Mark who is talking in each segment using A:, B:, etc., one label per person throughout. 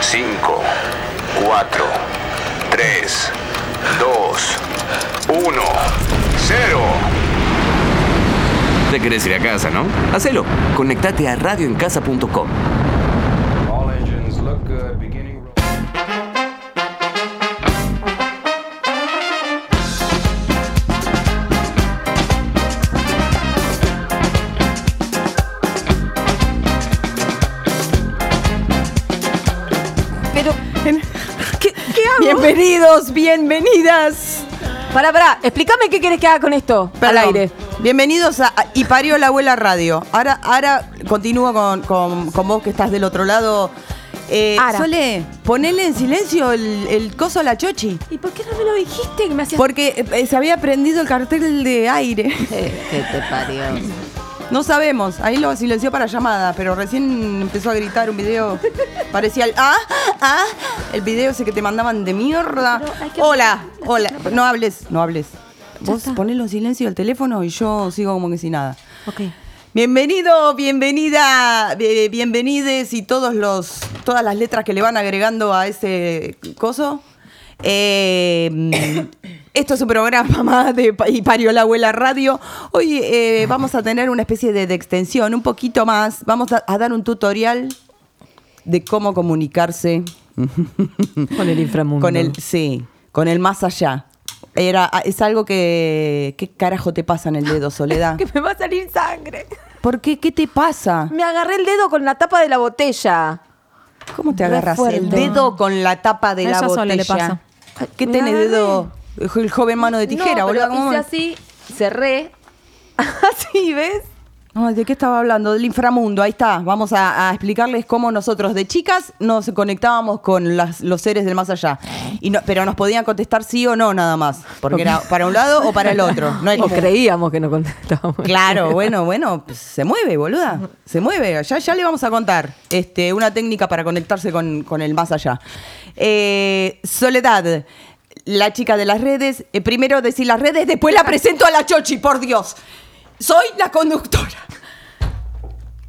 A: 5, 4, 3, 2, 1, 0.
B: Te querés ir a casa, ¿no? Hacelo. Conectate a radioencasa.com.
A: All engines look good, beginning roll.
C: Pero, ¿qué, qué hago?
D: Bienvenidos, bienvenidas.
C: Pará, pará, explícame qué querés que haga con esto al
D: Perdón.
C: aire.
D: Bienvenidos a, a- Y parió la abuela radio. Ahora, ahora continúo con, con- con vos que estás del otro lado. Eh,
C: Ara.
D: Sole, ponele en silencio el, el coso a la chochi.
C: ¿Y por qué no me lo dijiste que me hacías?
D: Porque eh, se había prendido el cartel de aire.
C: ¿Qué te parió?
D: No sabemos. Ahí lo silenció para llamada, pero recién empezó a gritar un video. Parecía el ah, ah, el video ese que te mandaban de mierda. Hola, hola. No hables, no hables. Vos ponelo en silencio el teléfono y yo sigo como que sin nada.
C: Ok.
D: Bienvenido, bienvenida, eh, bienvenides y todos los, todas las letras que le van agregando a ese coso. Eh, esto es un programa más de Pa- y parió la abuela radio. Hoy eh, vamos a tener una especie de, de extensión, un poquito más. Vamos a, a dar un tutorial de cómo comunicarse
C: Con el inframundo.
D: con el, sí, con el más allá. Era, ah, es algo que, ¿qué carajo te pasa en el dedo, Soledad?
C: Que me va a salir sangre.
D: ¿Por qué? ¿Qué te pasa?
C: Me agarré el dedo con la tapa de la botella.
D: ¿Cómo te
C: Re
D: agarras el
C: fuerte.
D: dedo con la tapa de la
E: A ella
D: botella?
E: solo le pasa.
D: ¿Qué
C: Me
D: tenés
C: agarré.
D: dedo? El joven mano de tijera,
C: no,
D: boludo.
C: pero
D: ¿cómo?
C: hice así, cerré. así, ¿ves?
D: Ay, ¿De qué estaba hablando? Del inframundo, ahí está. Vamos a, a explicarles cómo nosotros de chicas nos conectábamos con las- los seres del más allá. Y no- pero nos podían contestar sí o no nada más. Porque era para un lado o para el otro. No hay
C: o
D: como-
C: creíamos que no contestábamos.
D: Claro, bueno, bueno, pues, se mueve, boluda. Se mueve. Ya, ya le vamos a contar este, una técnica para conectarse con, con el más allá. Eh, Soledad, la chica de las redes. Eh, primero decir las redes, después la presento a la Chochi, por Dios. Soy la conductora.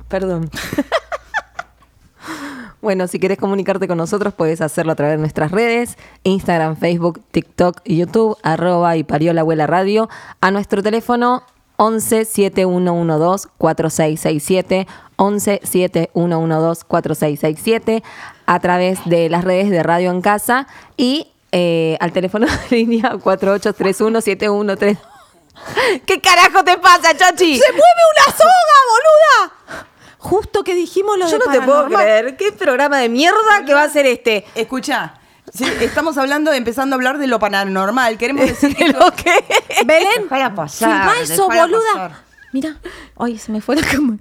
C: Perdón. Bueno, si querés comunicarte con nosotros, puedes hacerlo a través de nuestras redes, Instagram, Facebook, TikTok y YouTube, arroba y parió la abuela radio, a nuestro teléfono 11 7112 4667, 11 7112 4667, a través de las redes de Radio en Casa y eh, al teléfono de línea 4831-7132. ¿Qué carajo te pasa, Chachi?
D: ¡Se mueve una soga, boluda! Justo que dijimos lo
C: Yo no te puedo creer. ¿Qué programa de mierda que va a ser este?
D: Escucha, estamos hablando, empezando a hablar de lo paranormal. Queremos decir
C: ¿De lo que?
D: Belén,
E: Filma eso, boluda. Mira, ay, se me fue la cámara.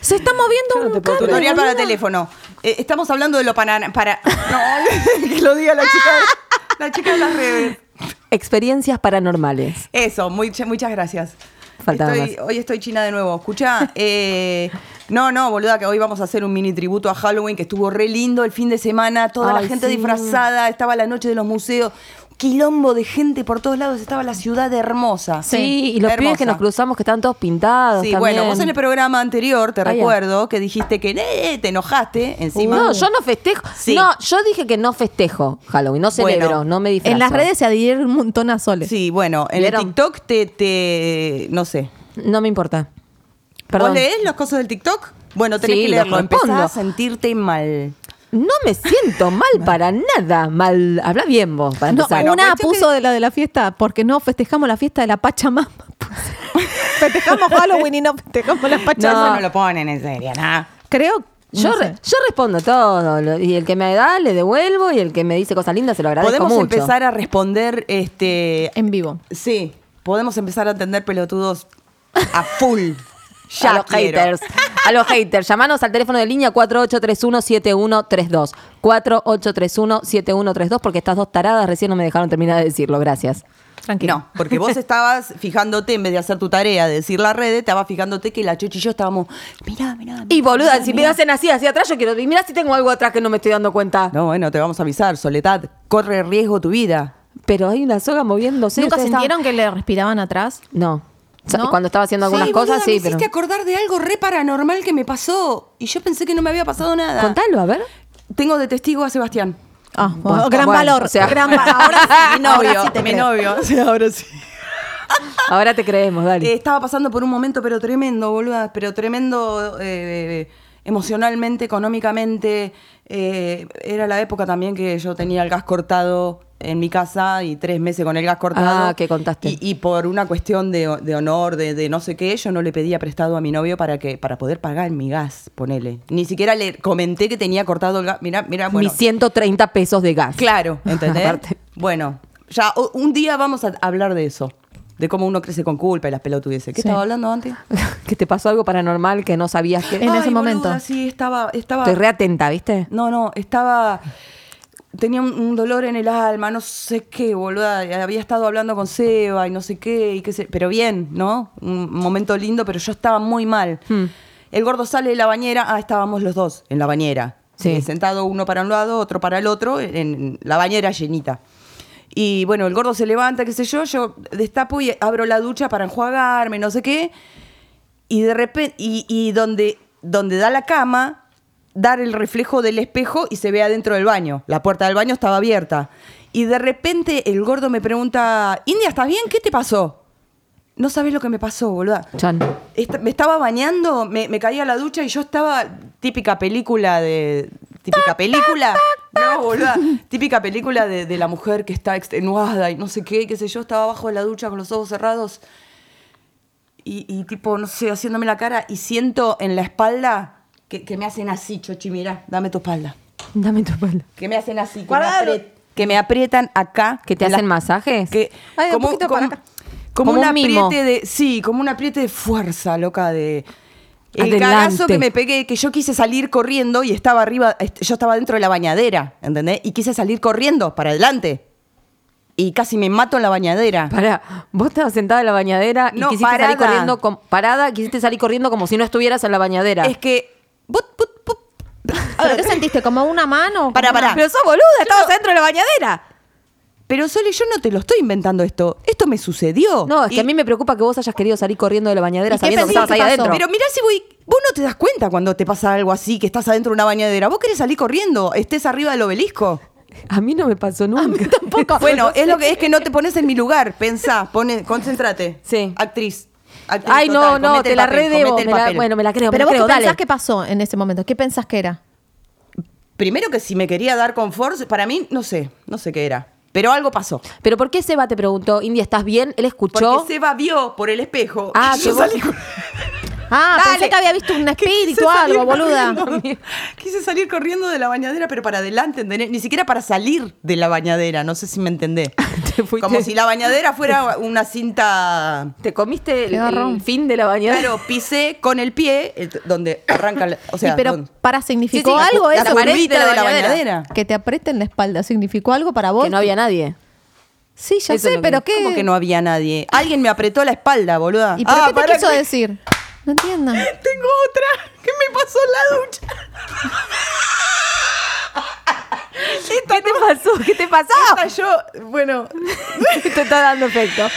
E: Se está moviendo un cable,
D: Tutorial para
E: boluda.
D: teléfono. Eh, estamos hablando de lo para... para no, que lo diga la chica, la chica de las redes.
C: Experiencias paranormales.
D: Eso, muy- muchas gracias.
C: Faltaba
D: Estoy- Hoy estoy china de nuevo. Escucha, no, no, boluda, que hoy vamos a hacer un mini tributo a Halloween que estuvo re lindo el fin de semana. Toda
C: Ay,
D: la gente
C: sí.
D: disfrazada, estaba la noche de los museos. Quilombo de gente por todos lados, estaba la ciudad hermosa.
C: Sí, y los pibes que
D: Hermosa.
C: nos cruzamos que estaban todos pintados.
D: Sí,
C: también.
D: bueno, vos en el programa anterior, te
C: Ah, ya.
D: recuerdo, que dijiste que eh, te enojaste encima.
C: No, yo no festejo.
D: Sí.
C: No, yo dije que no festejo Halloween, no
D: Bueno,
C: celebro, no me disfrazo.
E: En las redes se adhieren un montón a soles.
D: Sí, bueno, en
C: ¿Vieron?
D: el TikTok te, te- no sé.
C: no me importa. Perdón.
D: ¿Vos lees las cosas del TikTok? Bueno, tenés
C: Sí,
D: que
C: lo
D: leerlo. Empezás
C: respondo.
D: a sentirte mal.
C: No me siento mal para nada, mal. Habla bien vos para
E: No,
C: empezar.
D: bueno,
E: una
D: cuestión
E: puso de la de la fiesta porque no festejamos la fiesta de la Pachamama. festejamos Halloween y no festejamos la Pachamama.
D: lo ponen en serio, nada.
E: Creo.
C: Yo,
E: no sé.
C: re- yo respondo todo. lo- Y el que me da, le devuelvo. Y el que me dice cosas lindas, se lo agradezco
D: Podemos
C: mucho.
D: empezar a responder, este,
E: en vivo.
D: sí, podemos empezar a entender pelotudos a full. Ya
C: a los
D: quiero.
C: haters. A los haters. Llamanos al teléfono de línea 4831-7132. 4831-7132, porque estas dos taradas recién no me dejaron terminar de decirlo. Gracias.
E: Tranquilo.
D: No, porque vos estabas fijándote, en vez de hacer tu tarea de decir la red, estabas fijándote que la chochi y yo estábamos, mirá, mirá.
C: Y boluda,
D: mirá,
C: si me
D: mirá".
C: hacen así, hacia atrás, yo quiero. Y mirá si tengo algo atrás que no me estoy dando cuenta.
D: No, bueno, te vamos a avisar, Soledad, corre riesgo tu vida.
C: Pero hay una soga moviéndose.
E: ¿Nunca
C: ustedes
E: sintieron que le respiraban atrás?
C: estaban- No. O sea,
E: ¿No?
C: Cuando estaba haciendo algunas
D: Sí, boluda,
C: cosas,
D: me
C: sí, pero.
D: hiciste acordar de algo re paranormal que me pasó y yo pensé que no me había pasado nada.
C: Contalo, a ver.
D: tengo de testigo a Sebastián.
E: Ah,
C: Bueno,
E: gran
C: bueno,
E: valor.
C: o sea-
E: gran va- ahora sí,
D: mi
E: ahora
D: novio,
E: sí te
D: mi
E: creo.
D: novio. Sí, ahora sí.
C: Ah. Ahora te creemos, dale.
D: Eh, estaba pasando por un momento, pero tremendo, boluda, pero tremendo eh, emocionalmente, económicamente. Eh, era la época también que yo tenía el gas cortado en mi casa y tres meses con el gas cortado.
C: Ah, que contaste.
D: Y, y por una cuestión de, de honor, de, de no sé qué, yo no le pedía prestado a mi novio para que para poder pagar mi gas, ponele. Ni siquiera le comenté que tenía cortado el gas. Mira, mira, bueno.
C: Mis 130 pesos de gas.
D: Claro, ¿entendés?
C: Aparte.
D: Bueno, ya o- un día vamos a hablar de eso, de cómo uno crece con culpa y las pelotudeces. ¿Qué
E: Sí.
D: estaba hablando antes?
C: que te pasó algo paranormal que no sabías que.
E: En ese momento.
D: sí, estaba, estaba.
C: Estoy reatenta, ¿viste?
D: No, no, estaba. Tenía un, un dolor en el alma, no sé qué, boluda. Había estado hablando con Seba y no sé qué, y qué sé. Pero bien, ¿no? Un momento lindo, pero yo estaba muy mal. El gordo sale de la bañera, ah, estábamos los dos en la bañera.
C: Sí.
D: Eh, Sentado uno para un lado, otro para el otro, en, en la bañera llenita. Y bueno, el gordo se levanta, qué sé yo, yo destapo y abro la ducha para enjuagarme, no sé qué. Y de repente, y, y donde, donde da la cama, dar el reflejo del espejo y se ve adentro del baño. La puerta del baño estaba abierta. Y de repente el gordo me pregunta, India, ¿estás bien? ¿Qué te pasó? No sabes lo que me pasó, boluda.
C: Chan.
D: Esta- me estaba bañando, me, me caía a la ducha y yo estaba típica película de. Típica película. No, boluda. Típica película de, de la mujer que está extenuada y no sé qué, qué sé yo. Estaba abajo de la ducha con los ojos cerrados y, y tipo, no sé, haciéndome la cara y siento en la espalda que, que me hacen así, Chochi, mira, dame tu espalda.
C: Dame tu palo.
D: Que me hacen así, que, me, apri- que me aprietan acá.
C: ¿Que te
D: en la-
C: hacen masajes?
D: que
E: Ay, un
D: como,
E: poquito
D: como-
E: para acá.
D: como
C: Como
D: un
C: un mimo.
D: apriete de sí como un apriete de fuerza loca de el
C: Adelante.
D: cagazo que me pegué que yo quise salir corriendo y estaba arriba est- yo estaba dentro de la bañadera ¿entendés? y quise salir corriendo para adelante y casi me mato en la bañadera
C: Pará, vos estabas sentada en la bañadera y
D: No,
C: quisiste salir
D: parada.
C: corriendo com- parada, quisiste salir corriendo como si no estuvieras en la bañadera.
D: es que but, but, but.
E: ¿Pero qué sentiste? ¿Como una mano?
D: Pará,
E: Como
D: pará.
E: una-
C: Pero sos boluda, estabas dentro de la bañadera.
D: pero Sole yo no te lo estoy inventando esto esto me sucedió
C: No, es que
D: Y-
C: a mí me preocupa que vos hayas querido salir corriendo de la bañadera
E: ¿Y qué
C: sabiendo que
E: pensás
C: estabas
E: que
C: ahí
E: pasó?
C: adentro.
D: Pero mirá si voy. Vos no te das cuenta cuando te pasa algo así, que estás adentro de una bañadera. Vos querés salir corriendo, estés arriba del obelisco.
C: a mí no me pasó nunca. tampoco.
D: Bueno, es lo que es que no te pones en mi lugar. Pensá, pone, concéntrate.
C: Sí.
D: Actriz. Actriz
C: Ay, no,
D: total,
C: no,
D: comete
C: te
D: el
C: la
D: papel,
C: redebo.
D: comete el
C: me la-
D: papel.
C: Bueno, me la creo, me
E: Pero
C: la
E: vos
C: creo,
E: qué pensás
C: dale.
E: que pasó en ese momento? ¿Qué pensás que era?
D: Primero que si me quería dar confort, para mí, no sé, no sé qué era. Pero algo pasó.
C: Pero ¿por qué Seba te preguntó, India, ¿estás bien? Él
D: Porque
C: escuchó.
D: Seba vio por el espejo.
C: Ah,
D: y
C: que
D: yo
C: vos-
D: salí con-
E: Ah,
D: Dale.
E: pensé que había visto un
D: que quise
E: espíritu o
D: salir
E: algo, boluda.
D: corriendo. Quise salir corriendo de la bañadera, pero para adelante, ¿entendés? Ni siquiera para salir de la bañadera, no sé si me entendés.
C: Te fuiste.
D: Como si la bañadera fuera una cinta...
C: Te comiste el,
E: Qué garrón.
C: el fin de la bañadera.
D: Claro, pisé con el pie el- donde arranca... la- o
E: Y
D: sea,
E: pero
D: donde-
E: para significó algo
D: la,
E: eso.
D: curvita
C: pared de la
D: de la
C: bañadera.
D: bañadera.
E: Que te aprieten la espalda. ¿Significó algo para vos?
C: Que no había nadie.
E: Sí,
C: Eso
E: ya
C: es
E: sé,
C: lo que-
E: pero qué.
D: ¿Cómo que no había nadie? Alguien me apretó la espalda, boluda.
E: ¿Y por
D: Ah,
E: qué te
D: pará,
E: quiso
D: que-
E: decir? No entiendo.
D: Tengo otra que me pasó en la ducha.
C: ¿Qué te pasó? ¿Qué te pasó?
E: Ah.
D: Esta Ah, yo, bueno,
C: Te está dando efecto.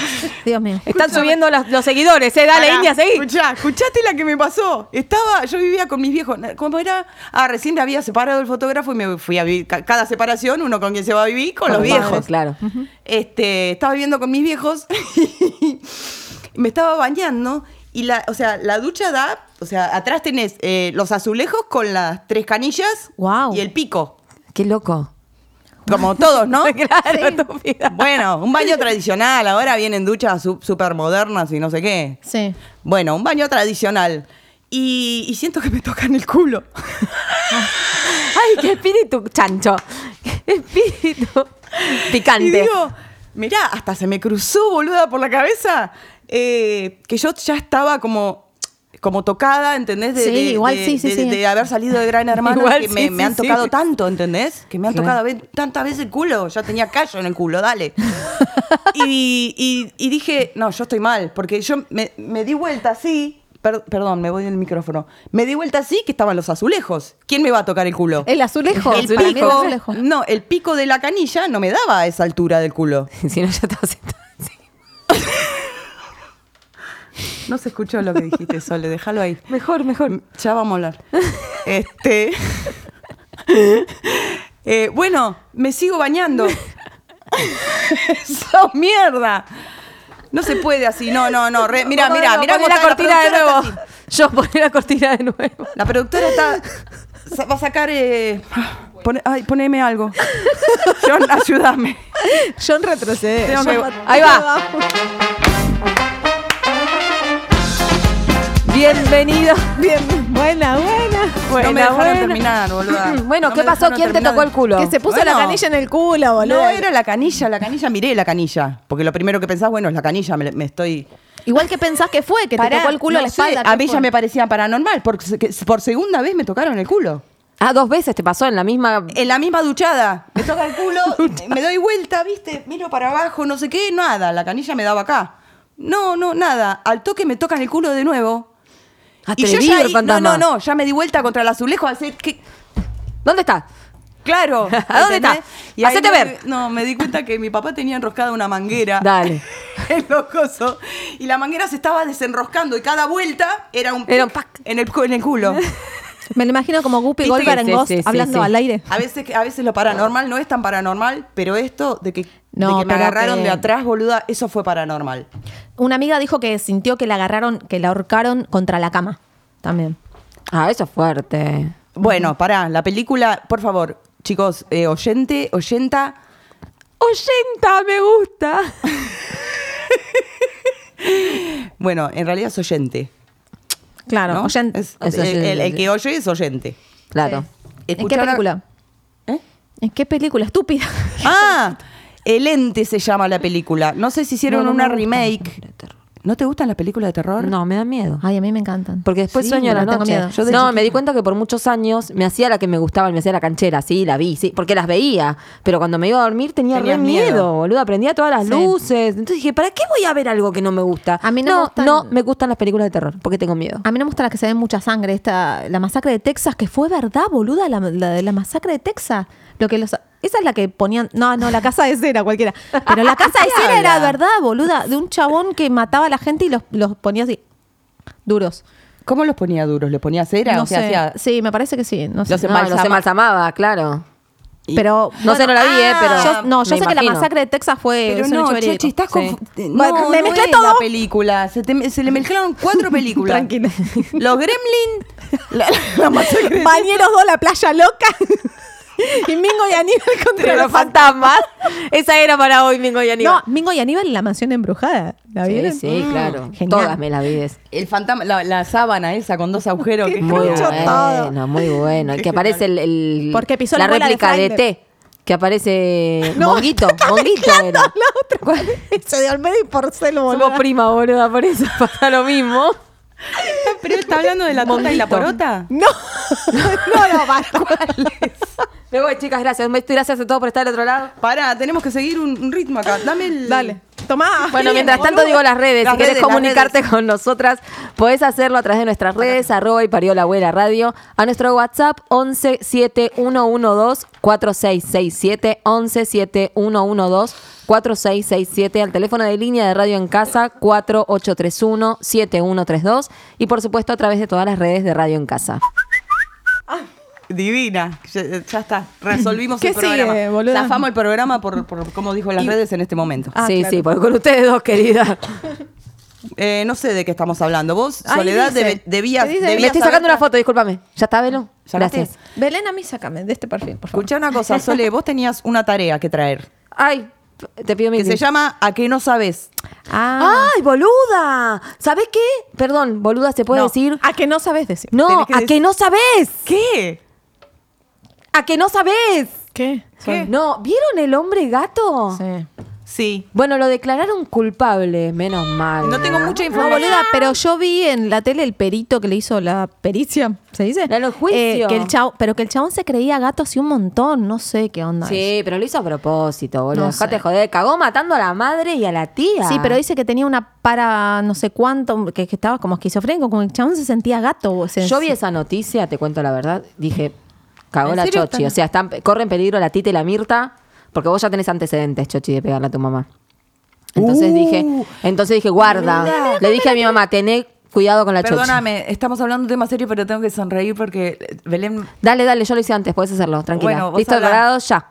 E: Dios mío.
C: Están subiendo los, los seguidores, ¿eh? Dale,
D: Pará,
C: India, seguí.
D: Escuchá, escuchaste la que me pasó. Estaba, yo vivía con mis viejos. ¿Cómo era? Ah, recién me había separado el fotógrafo y me fui a vivir. ca- Cada separación, uno con quien se va a vivir, con, los
C: los
D: viejos.
C: padres, claro.
D: Este, estaba viviendo con mis viejos. y me estaba bañando. Y la, o sea, la ducha da, o sea, atrás tenés eh, los azulejos con las tres canillas
E: Guau.
D: y el pico.
C: Qué loco.
D: Como todos, ¿no?
C: Claro, estúpida.
D: Bueno, un baño tradicional, ahora vienen duchas súper modernas y no sé qué.
E: Sí.
D: Bueno, un baño tradicional. Y, y siento que me tocan el culo.
C: Ay, qué espíritu chancho. Qué espíritu picante.
D: Y digo, mirá, hasta se me cruzó, boluda, por la cabeza, eh, que yo ya estaba como, como tocada, ¿entendés? De,
E: Sí,
D: de-
E: igual
D: de-
E: sí, sí,
D: de-
E: sí.
D: de haber salido de Gran Hermano,
C: Igual
D: que me,
C: sí,
D: me
C: sí,
D: han
C: sí.
D: tocado tanto, ¿entendés? Que me han
C: Claro.
D: tocado ve- tantas veces el culo, ya tenía callo en el culo, dale. y, y- y dije, no, yo estoy mal, porque yo me, me di vuelta así... per- Perdón, me voy del micrófono. Me di vuelta así que estaban los azulejos. ¿Quién me va a tocar el culo?
E: El azulejo.
D: el
E: para mí el
D: pico,
E: azulejo.
D: no, el pico de la canilla no me daba a esa altura del culo.
C: Si no, ya estaba sentada. Sí.
D: No se escuchó lo que dijiste, Sole, déjalo ahí.
C: Mejor, mejor.
D: Ya vamos a hablar. Este. Eh, bueno, me sigo bañando. ¡Sos mierda! No se puede así. No, no, no. re- mira,
C: Vamos
D: mira,
C: de nuevo,
D: mira
C: poné
D: cómo
C: la
D: está
C: cortina de
D: productora está así.
C: nuevo. Yo poné la cortina de nuevo.
D: La productora está. sa- Va a sacar. eh, ah, pone- ay, poneme algo. John, ayúdame.
E: John retrocede.
D: Tengo
E: John
D: que-
E: va-
C: ahí va. Bienvenido.
E: Bien, buena, buena.
C: Buena,
D: no me dejaron
C: buena.
D: terminar, boluda.
C: Bueno,
D: No
C: ¿qué
D: me
C: pasó?
D: dejaron
C: ¿Quién te
D: terminar.
C: tocó el culo?
E: Que se puso
D: Bueno.
E: la canilla en el culo, boludo.
D: No, era la canilla, la canilla, miré la canilla. Porque lo primero que pensás, bueno, es la canilla, me, me estoy.
E: Igual que pensás que fue, que te
D: Pará,
E: tocó el culo a
D: no
E: la
D: sé,
E: espalda.
D: a
E: ¿qué
D: mí ya
E: fue?
D: me parecía paranormal, porque que- por segunda vez me tocaron el culo.
C: Ah, dos veces te pasó en la misma.
D: En la misma duchada. Me toca el culo, me doy vuelta, viste, miro para abajo, no sé qué, nada. La canilla me daba acá. No, no, nada. Al toque me tocan el culo de nuevo.
C: Atrevido
D: ya
C: el
D: ahí-
C: fantasma.
D: no, no, no, ya me di vuelta contra el azulejo a hacer que.
C: ¿Dónde está?
D: Claro.
C: ¿A dónde
D: ¿entendés?
C: está?
D: Y ahí
C: Hacete
D: me-
C: ver.
D: No, me di cuenta que mi papá tenía enroscada una manguera.
C: Dale.
D: En los cosos. Y la manguera se estaba desenroscando y cada vuelta era un,
C: Era un
D: pic
C: pac.
D: En, el, cu- en el culo.
E: Me lo imagino como Guppy
D: Viste
E: Goldberg
D: que-
E: en
C: sí,
E: Ghost
C: sí, sí,
E: hablando
C: sí.
E: al aire.
D: A veces, que- a veces lo paranormal no es tan paranormal, pero esto de que, de
E: No,
D: que me
E: pero
D: agarraron
E: que-
D: de atrás, boluda, eso fue paranormal.
E: Una amiga dijo que sintió que la agarraron, que la ahorcaron contra la cama. También.
C: Ah, eso es fuerte.
D: Bueno, pará, la película, por favor, chicos, eh, oyente, oyenta.
C: Oyenta, me gusta.
D: Bueno, en realidad es oyente.
E: Claro,
D: ¿no?
E: oyen-
D: Es-
C: es
D: el- el,
C: oyente.
D: el que oye es oyente.
C: Claro.
E: ¿En qué
D: Escuchar-
E: película?
D: ¿Eh?
E: ¿En qué película? Estúpida.
D: Ah, El Ente se llama la película. No sé si hicieron
C: No, no
D: una
C: me gustan las
D: remake.
C: películas de terror.
D: ¿No te gustan las películas de terror?
C: No, me da miedo.
E: Ay, a mí me encantan.
C: Porque después
E: Sí,
C: sueño a la
E: pero tengo
C: noche.
E: miedo.
C: Yo Ah, de no, me di cuenta que por muchos años me hacía la que me gustaba, me hacía la canchera, sí, la vi, sí, porque las veía. Pero cuando me iba a dormir tenía
D: Tenías
C: re miedo,
D: miedo.
C: boludo. Aprendía todas las
E: Sí.
C: luces. Entonces dije, ¿para qué voy a ver algo que no me gusta?
E: A mí no me gustan-
C: no me gustan Ah, las películas de terror, porque tengo miedo.
E: A mí no me gusta la que se ve mucha sangre, esta, la masacre de Texas, que fue verdad, boluda, la, la- la masacre de Texas. Lo que los, esa es la que ponían. No, no, la casa de cera, cualquiera. Pero la casa de
D: ¿Qué
E: cera era
D: habla?
E: verdad, boluda, de un chabón que mataba a la gente y los, los ponía así, duros.
D: ¿Cómo los ponía duros? ¿Le ponía cera?
E: no
D: O sea,
E: sé.
D: hacía-
E: Sí, me parece que sí. No sé.
D: Los
C: No,
D: embalsama-
C: los embalsamaba, claro.
E: Pero. ah,
C: No sé, no eh, la vi, eh, pero
E: Yo- no, yo sé
C: me
E: que la
C: imagino.
E: masacre de Texas
D: Ah,
E: fue.
D: Pero
E: es un
D: no,
E: hecho verídico.
D: Chechi, estás
E: Sí.
D: confundiendo.
E: Bueno,
D: No,
E: me
D: no
E: mezclé
D: es
E: todo.
D: la película. Se, te- se le mezclaron cuatro películas.
E: Tranquila.
D: Los Gremlin, la, la masacre de-
E: Bañeros 2, la playa loca. y Mingo y Aníbal contra
C: Pero
E: los
C: los fantasmas, esa era para hoy, Mingo y Aníbal.
E: No, Mingo y Aníbal en la mansión embrujada. ¿La
C: sí,
E: vieron?
C: sí,
E: Mm,
C: claro.
E: Genial.
C: Todas me las vives.
D: El fantasma, la, la sábana esa con dos agujeros. que-
C: Muy
E: Mucho
C: bueno, muy bueno. El que aparece el, el-
E: Porque pisó
C: la
E: la bola de
C: réplica de,
E: Fraile.
C: T. Que aparece
E: No,
C: Monguito.
E: está
C: Monguito
E: mezclando
C: era.
E: La otra. Eso de Almeida y Porcel, boludo.
C: Somos prima, boluda, por eso pasa lo mismo.
D: Pero está hablando de la torta y la porota.
E: No. no, no, basta.
C: Me voy, chicas, gracias. Un besito y gracias a todos por estar del otro lado.
D: Pará, tenemos que seguir un, un ritmo acá. Dame el.
E: Dale. Tomá.
C: Bueno,
E: Bien,
C: mientras tanto
E: boludo.
C: digo las redes.
D: Las
C: si querés
D: redes, las
C: comunicarte con nosotras, podés hacerlo a través de nuestras redes, arroba y parió la abuela radio, a nuestro WhatsApp 11 7112 4667, 11 7112 4667, al teléfono de línea de radio en casa 4831 7132 y por supuesto a través de todas las redes de radio en casa.
D: Divina. Ya, ya está. Resolvimos
E: ¿Qué
D: el programa.
E: sigue, boluda?
D: Zafamos el programa por, por cómo dijo las redes en este momento.
E: Ah,
C: sí,
E: claro.
C: sí, porque con ustedes dos, querida.
D: Eh, no sé de qué estamos hablando. Vos,
E: Ahí
D: Soledad,
E: dice.
D: debe- debías.
E: Te dice-
D: debías
E: Debía
C: Me estoy
D: saber-
C: sacando una foto, discúlpame. ¿Ya está, Velo?
D: ¿Sacaste?
C: Gracias.
E: Belén, a mí sácame de este perfil, por favor.
D: Escuchá una cosa, Sole, vos tenías una tarea que traer,
C: Ay, te pido mi
D: que se
C: disculpas.
D: llama ¿A qué no sabes?
E: Ah.
C: ¡Ay, boluda! ¿Sabés qué? Perdón, boluda, ¿se puede
E: No,
C: decir?
E: A Ah, que no sabes decir.
C: No,
D: tenés que
C: a
D: dec-
C: que no sabés.
D: ¿Qué?
C: A que no sabés.
E: ¿Qué?
D: ¿Qué?
C: No, ¿vieron el hombre gato?
E: Sí.
D: Sí.
C: Bueno, lo declararon culpable, menos mal.
D: No tengo mucha
E: No,
D: información.
E: Ah. boluda, pero yo vi en la tele el perito que le hizo la pericia, ¿se dice? Eh,
C: Claro, el juicio.
E: que el chavo, pero que el chabón se creía gato así un montón, no sé qué onda.
C: Sí, pero lo hizo a propósito, boludo.
E: No
C: Dejate
E: sé.
C: de joder. Cagó matando a la madre y a la tía.
E: eso. Sí, pero dice que tenía una para no sé cuánto, que, que estaba como esquizofrénico, como que el chabón se sentía gato. o se-
C: Yo vi esa noticia, te cuento la verdad. Dije, cagó
E: ¿En
C: la
E: serio
C: Chochi.
E: están-
C: O sea, están, corre en peligro la Tita y la Mirta. Porque vos ya tenés antecedentes, Chochi, de pegarle a tu mamá. Entonces
D: Uh.
C: dije, entonces dije, guarda. Le dije a mi mamá, tené cuidado con la chocha.
D: Perdóname, estamos hablando de un tema serio, pero tengo que sonreír porque eh, Belén
C: Dale, dale, yo lo hice antes, podés hacerlo, tranquila.
D: Bueno, vos
C: Listo,
D: habla.
C: preparado, ya.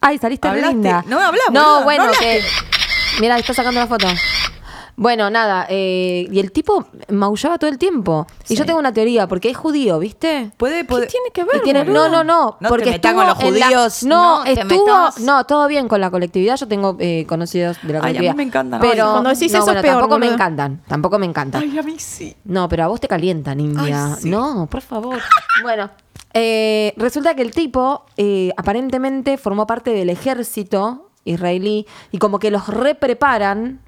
C: Ay, saliste re
D: Hablaste.
C: linda.
D: No, hablá,
C: No,
D: boluda, no
C: bueno,
D: hablaste.
C: que. Mira, está sacando la foto. Bueno, nada, eh, y el tipo maullaba todo el tiempo. Y yo tengo una teoría, porque es judío, ¿viste?
D: puede, puede.
E: tiene que
C: Y
E: ver?
C: tiene-
E: boluda?
C: no, no, no,
D: No te
C: porque
D: metás con
C: estuvo
D: los
C: en la-
D: judíos,
C: no,
D: no te
C: estuvo,
D: metás.
C: no, todo bien con la colectividad. Yo tengo eh, conocidos de la
D: Ay, a mí
C: colectividad.
D: me encantan.
C: Pero
E: Ay, cuando decís
C: no,
E: eso
C: bueno,
E: es peor,
C: tampoco me
E: boluda.
C: encantan, tampoco me encantan.
D: Ay, a mí sí.
C: No, pero a vos te calientan, India. No, por favor. bueno, eh, resulta que el tipo eh, aparentemente formó parte del ejército israelí y como que los repreparan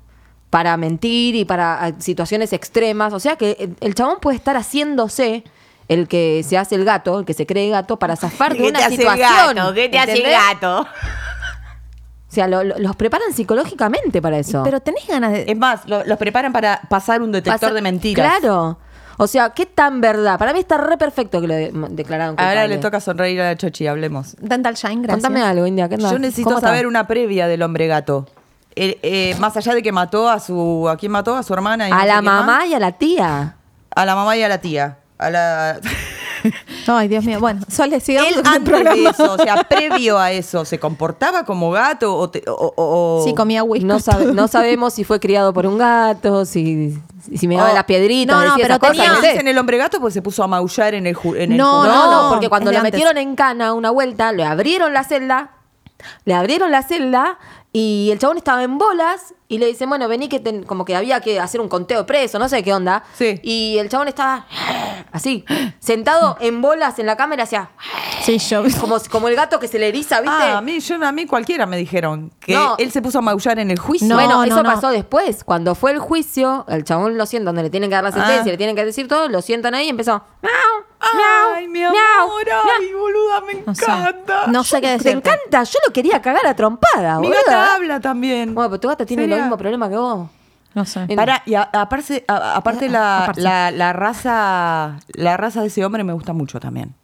C: para mentir y para ah, situaciones extremas. O sea que eh, el chabón puede estar haciéndose el que se hace el gato, el que se cree gato, para zafar de
F: ¿Qué
C: una
F: te hace el
C: situación.
F: gato? ¿Qué te hace el
C: ¿entendés?
F: gato?
C: O sea, lo- lo- los preparan psicológicamente para eso.
E: Pero tenés ganas de.
C: Em,
D: Es más, lo- los preparan para pasar un detector
C: Pasa-
D: de mentiras.
C: Claro. O sea, qué tan verdad. Para mí está re perfecto que lo de- declararon
D: Ahora
C: culpable.
D: le toca sonreír a la Chochi, hablemos.
E: Dental Shine, gracias.
C: Contame algo, India. ¿qué onda?
D: Yo necesito
C: ¿Cómo está?
D: saber una previa del hombre gato. El- eh, más allá de que mató a su. ¿A quién mató? A su hermana. y no
C: A
D: sé
C: la
D: quién más.
C: mamá y a la tía.
D: A la mamá y a la tía. A la.
E: Ay, Dios mío. Bueno, Sole, sigamos
D: Él
E: con el
D: antes de
E: programa.
D: eso, o sea, previo a eso, ¿se comportaba como gato o.? te- o- o- o-
E: Sí, comía whisky.
C: No, sabe- no sabemos si fue criado por un gato, si, si me daba
D: Oh.
C: las piedritas,
E: No, no,
C: decía esas
E: pero
C: cosas,
E: tenía-
C: no
D: Dicen
C: sé.
D: el hombre gato pues se puso a maullar en el. ju- en el
E: No,
D: ju-
C: No, no,
E: no,
C: porque cuando
E: es
C: lo
E: de antes.
C: metieron en cana una vuelta, le abrieron la celda, le abrieron la celda y el chabón estaba en bolas y le dicen, bueno, vení que ten- como que había que hacer un conteo de preso, no sé qué onda.
D: Sí.
C: Y el chabón estaba así, sentado en bolas en la cámara, hacía
E: Sí, yo.
C: como, como el gato que se le eriza, ¿viste?
D: Ah, a mí, yo, a mí cualquiera me dijeron que
C: No.
D: él se puso a maullar en el juicio.
E: No,
C: bueno, eso
E: no.
C: pasó después. Cuando fue el juicio, el chabón lo sientan, donde le tienen que dar la sentencia,
D: Ah.
C: le tienen que decir todo, lo sientan ahí y empezó. ¡Miau!
D: Ay, mi
C: ¡Miau!
D: amor,
C: ¡Miau!
D: ay, boluda, me
E: No sé.
D: encanta.
E: No sé qué
C: ¡Miau! Te
E: decirte.
C: encanta, yo lo quería cagar a trompada,
D: Mi
C: boluda.
D: gata habla también.
C: Bueno, pero tu gata tiene
D: Sería-
C: lo mismo problema que vos.
E: No sé.
C: En-
D: Pará, y a- aparte, a- aparte
C: Ah,
D: la,
E: Aparte.
D: La, la raza la raza de ese hombre me gusta mucho también.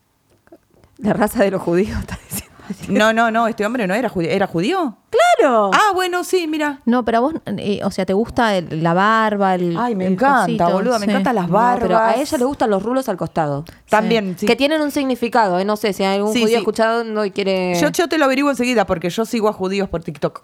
C: La raza de los judíos está diciendo.
D: No, no, no, este hombre no era judío. ¿Era judío?
C: ¡Claro!
D: Ah, bueno, sí, mira.
E: No, pero a vos, eh, o sea, te gusta el- la barba, el.
D: Ay, me
E: el
D: encanta,
E: cosito,
D: boluda, me
E: sí.
D: encantan las
C: No,
D: barbas.
C: pero a ella le gustan los rulos al costado.
D: También, sí.
C: Que tienen un significado, ¿eh? no sé, si hay algún
D: Sí,
C: judío
D: sí.
C: escuchado no y quiere...
D: yo, yo te lo averiguo enseguida porque yo sigo a judíos por TikTok.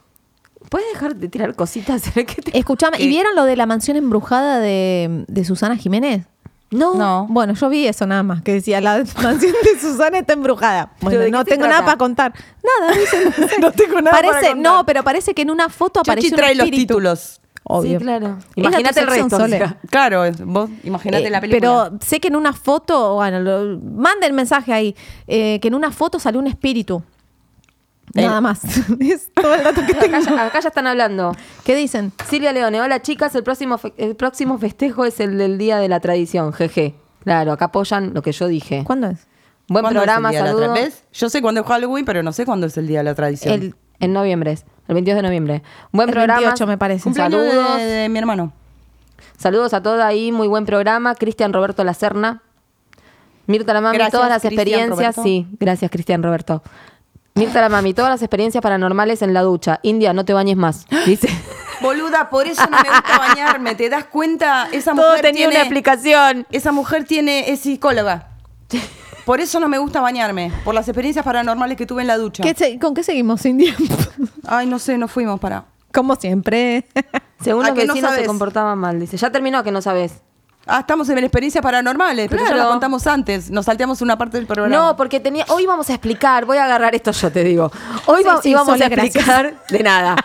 C: ¿Puedes dejar de tirar cositas? que te-
E: Escuchame, ¿y
D: Que-
E: vieron lo de la mansión embrujada de, de Susana Jiménez?
C: No.
E: Bueno, yo vi eso nada más, que decía, la mansión de Susana está embrujada.
C: ¿de
E: Bueno,
C: qué
E: no
C: se
E: tengo
C: trata?
E: nada para contar. Nada, dice, no, sé.
D: No tengo nada para
E: parece,
D: contar.
E: No, pero parece que en una foto aparece
D: Chochi
E: un
D: trae los
E: espíritu.
D: títulos.
E: Obvio.
C: Sí, claro.
E: Es la
C: Imagínate el
E: tu sección,
C: resto.
E: Sole.
C: o sea.
D: Claro, es- vos imaginate
E: Eh,
D: la película.
E: Pero sé que en una foto, bueno, lo- manden mensaje ahí, eh, que en una foto salió un espíritu.
D: El-
E: Nada más. es todo el dato que
C: Acá
E: tengo.
C: ya, acá ya están hablando.
E: ¿Qué dicen?
C: Silvia Leone, hola chicas, el próximo, fe- el próximo festejo es el del Día de la Tradición, jeje. Claro, acá apoyan lo que yo dije.
E: ¿Cuándo es?
C: Buen
D: ¿Cuándo es el
C: programa,
D: día de la tra-
C: saludos.
D: ¿Ves? Yo sé cuándo es Halloween, pero no sé cuándo es el día de la tradición.
C: El- en noviembre es, el 22 de noviembre. Buen
E: El
C: programa.
E: 28 me parece.
D: Cumpleaños de-
C: Saludos.
D: de, de mi hermano.
C: Saludos a todos ahí, muy buen programa. Cristian Roberto Lacerna. Mirta la Mami,
D: Gracias,
C: todas las
D: Cristian
C: experiencias.
D: Roberto.
C: Sí, gracias, Cristian Roberto. Mirta la Mami, todas las experiencias paranormales en la ducha. India, no te bañes más. Dice.
D: Boluda, por eso no me gusta bañarme. ¿Te das cuenta? Esa
C: Todo
D: mujer
C: tenía
D: tiene,
C: una explicación.
D: Esa mujer tiene, es psicóloga. Por eso no me gusta bañarme. Por las experiencias paranormales que tuve en la ducha.
E: ¿Qué se- ¿Con qué seguimos, India?
D: Ay, no sé, no fuimos para.
E: Como siempre.
C: Según
D: ¿A
C: los
D: que no
C: vecinos se
D: sabes?
C: comportaban mal. Dice, ya terminó que no sabes.
D: Ah, estamos en experiencias paranormales, pero ya
C: Claro.
D: lo contamos antes. Nos salteamos una parte del programa.
C: No, porque tenía. Hoy vamos a explicar. Voy a agarrar esto yo, te digo. Hoy
E: Sí,
C: va-
E: sí,
C: íbamos
E: Sole,
C: a explicar de nada.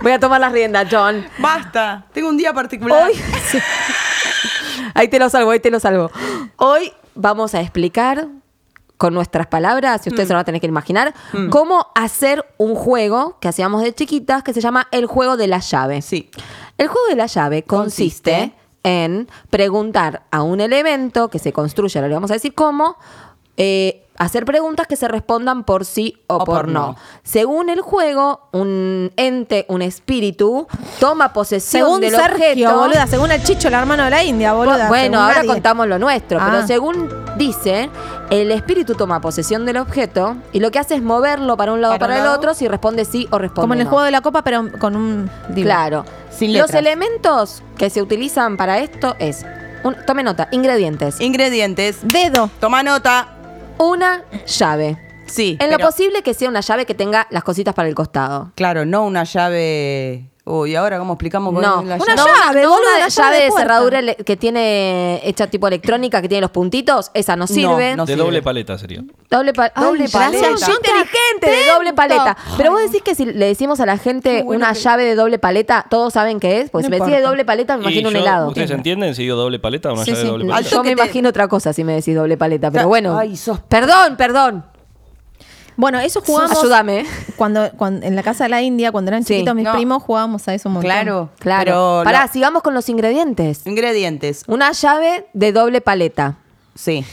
C: Voy a tomar las riendas, John.
D: Basta. Tengo un día particular.
C: Hoy. Ahí te lo salvo, ahí te lo salvo. Hoy vamos a explicar con nuestras palabras, si
D: Mm.
C: ustedes se lo van a tener que imaginar, cómo hacer un juego que hacíamos de chiquitas que se llama el juego de la llave.
D: Sí.
C: El juego de la llave consiste,
D: Consiste.
C: en preguntar a un elemento que se construye, ahora le vamos a decir cómo, eh, hacer preguntas que se respondan por sí o, por,
D: por
C: no.
D: no.
C: Según el juego, un ente, un espíritu, toma posesión
E: Según
C: del
E: Sergio,
C: objeto.
E: boluda. Según el Chicho, el hermano de la India, boluda.
C: Bueno,
E: según
C: ahora
E: nadie.
C: contamos lo nuestro,
E: Ah.
C: pero según dice, el espíritu toma posesión del objeto y lo que hace es moverlo para un lado o
D: Para
C: para,
D: un
C: el
D: lado.
C: otro si responde sí o responde
E: Como en el
C: no.
E: juego de la copa, pero con un. digo,
C: Claro.
D: Sin
C: Los
D: letras.
C: elementos que se utilizan para esto es, un- tome nota, ingredientes,
D: Ingredientes.
E: Dedo.
D: Toma nota.
C: una llave.
D: Sí.
C: En lo
D: pero-
C: posible que sea una llave que tenga las cositas para el costado.
D: Claro, no una llave. Uy, ahora cómo explicamos cómo
C: No,
D: es la
C: no,
D: llave?
E: llave,
C: no,
E: boluda,
C: una
E: llave
C: llave
E: de
C: de
E: puerta.
C: cerradura ele- que tiene hecha tipo electrónica, que tiene los puntitos, esa no sirve.
D: no
F: De
D: sirve.
F: doble paleta sería.
C: Doble, pa-
E: Ay,
C: doble
E: gracias,
C: paleta.
E: yo te
C: inteligente de doble
E: atento.
C: paleta. Pero vos decís que si le decimos a la gente una llave de doble paleta, todos saben qué es. Pues
E: No
C: si me decís de
E: importa.
C: doble paleta, me
F: Y
C: imagino un
F: yo-
C: helado.
F: ¿Ustedes entienden si digo doble paleta o una
E: Sí,
F: llave
E: sí.
F: de doble
E: Al
F: paleta?
C: Yo
D: Yo
C: me
D: que te-
C: imagino otra cosa si me decís doble paleta, pero bueno.
D: Ay, sos-
C: Perdón, perdón.
E: Bueno, eso jugábamos.
C: Ayúdame.
E: Cuando, cuando- en la casa de la India, cuando eran
C: Sí.
E: chiquitos mis
D: No.
E: primos, jugábamos a eso un montón.
D: Claro.
C: Claro.
D: Pero
C: Pará,
D: lo-
C: sigamos con los ingredientes.
D: Ingredientes.
C: Una llave de doble paleta,
D: Sí.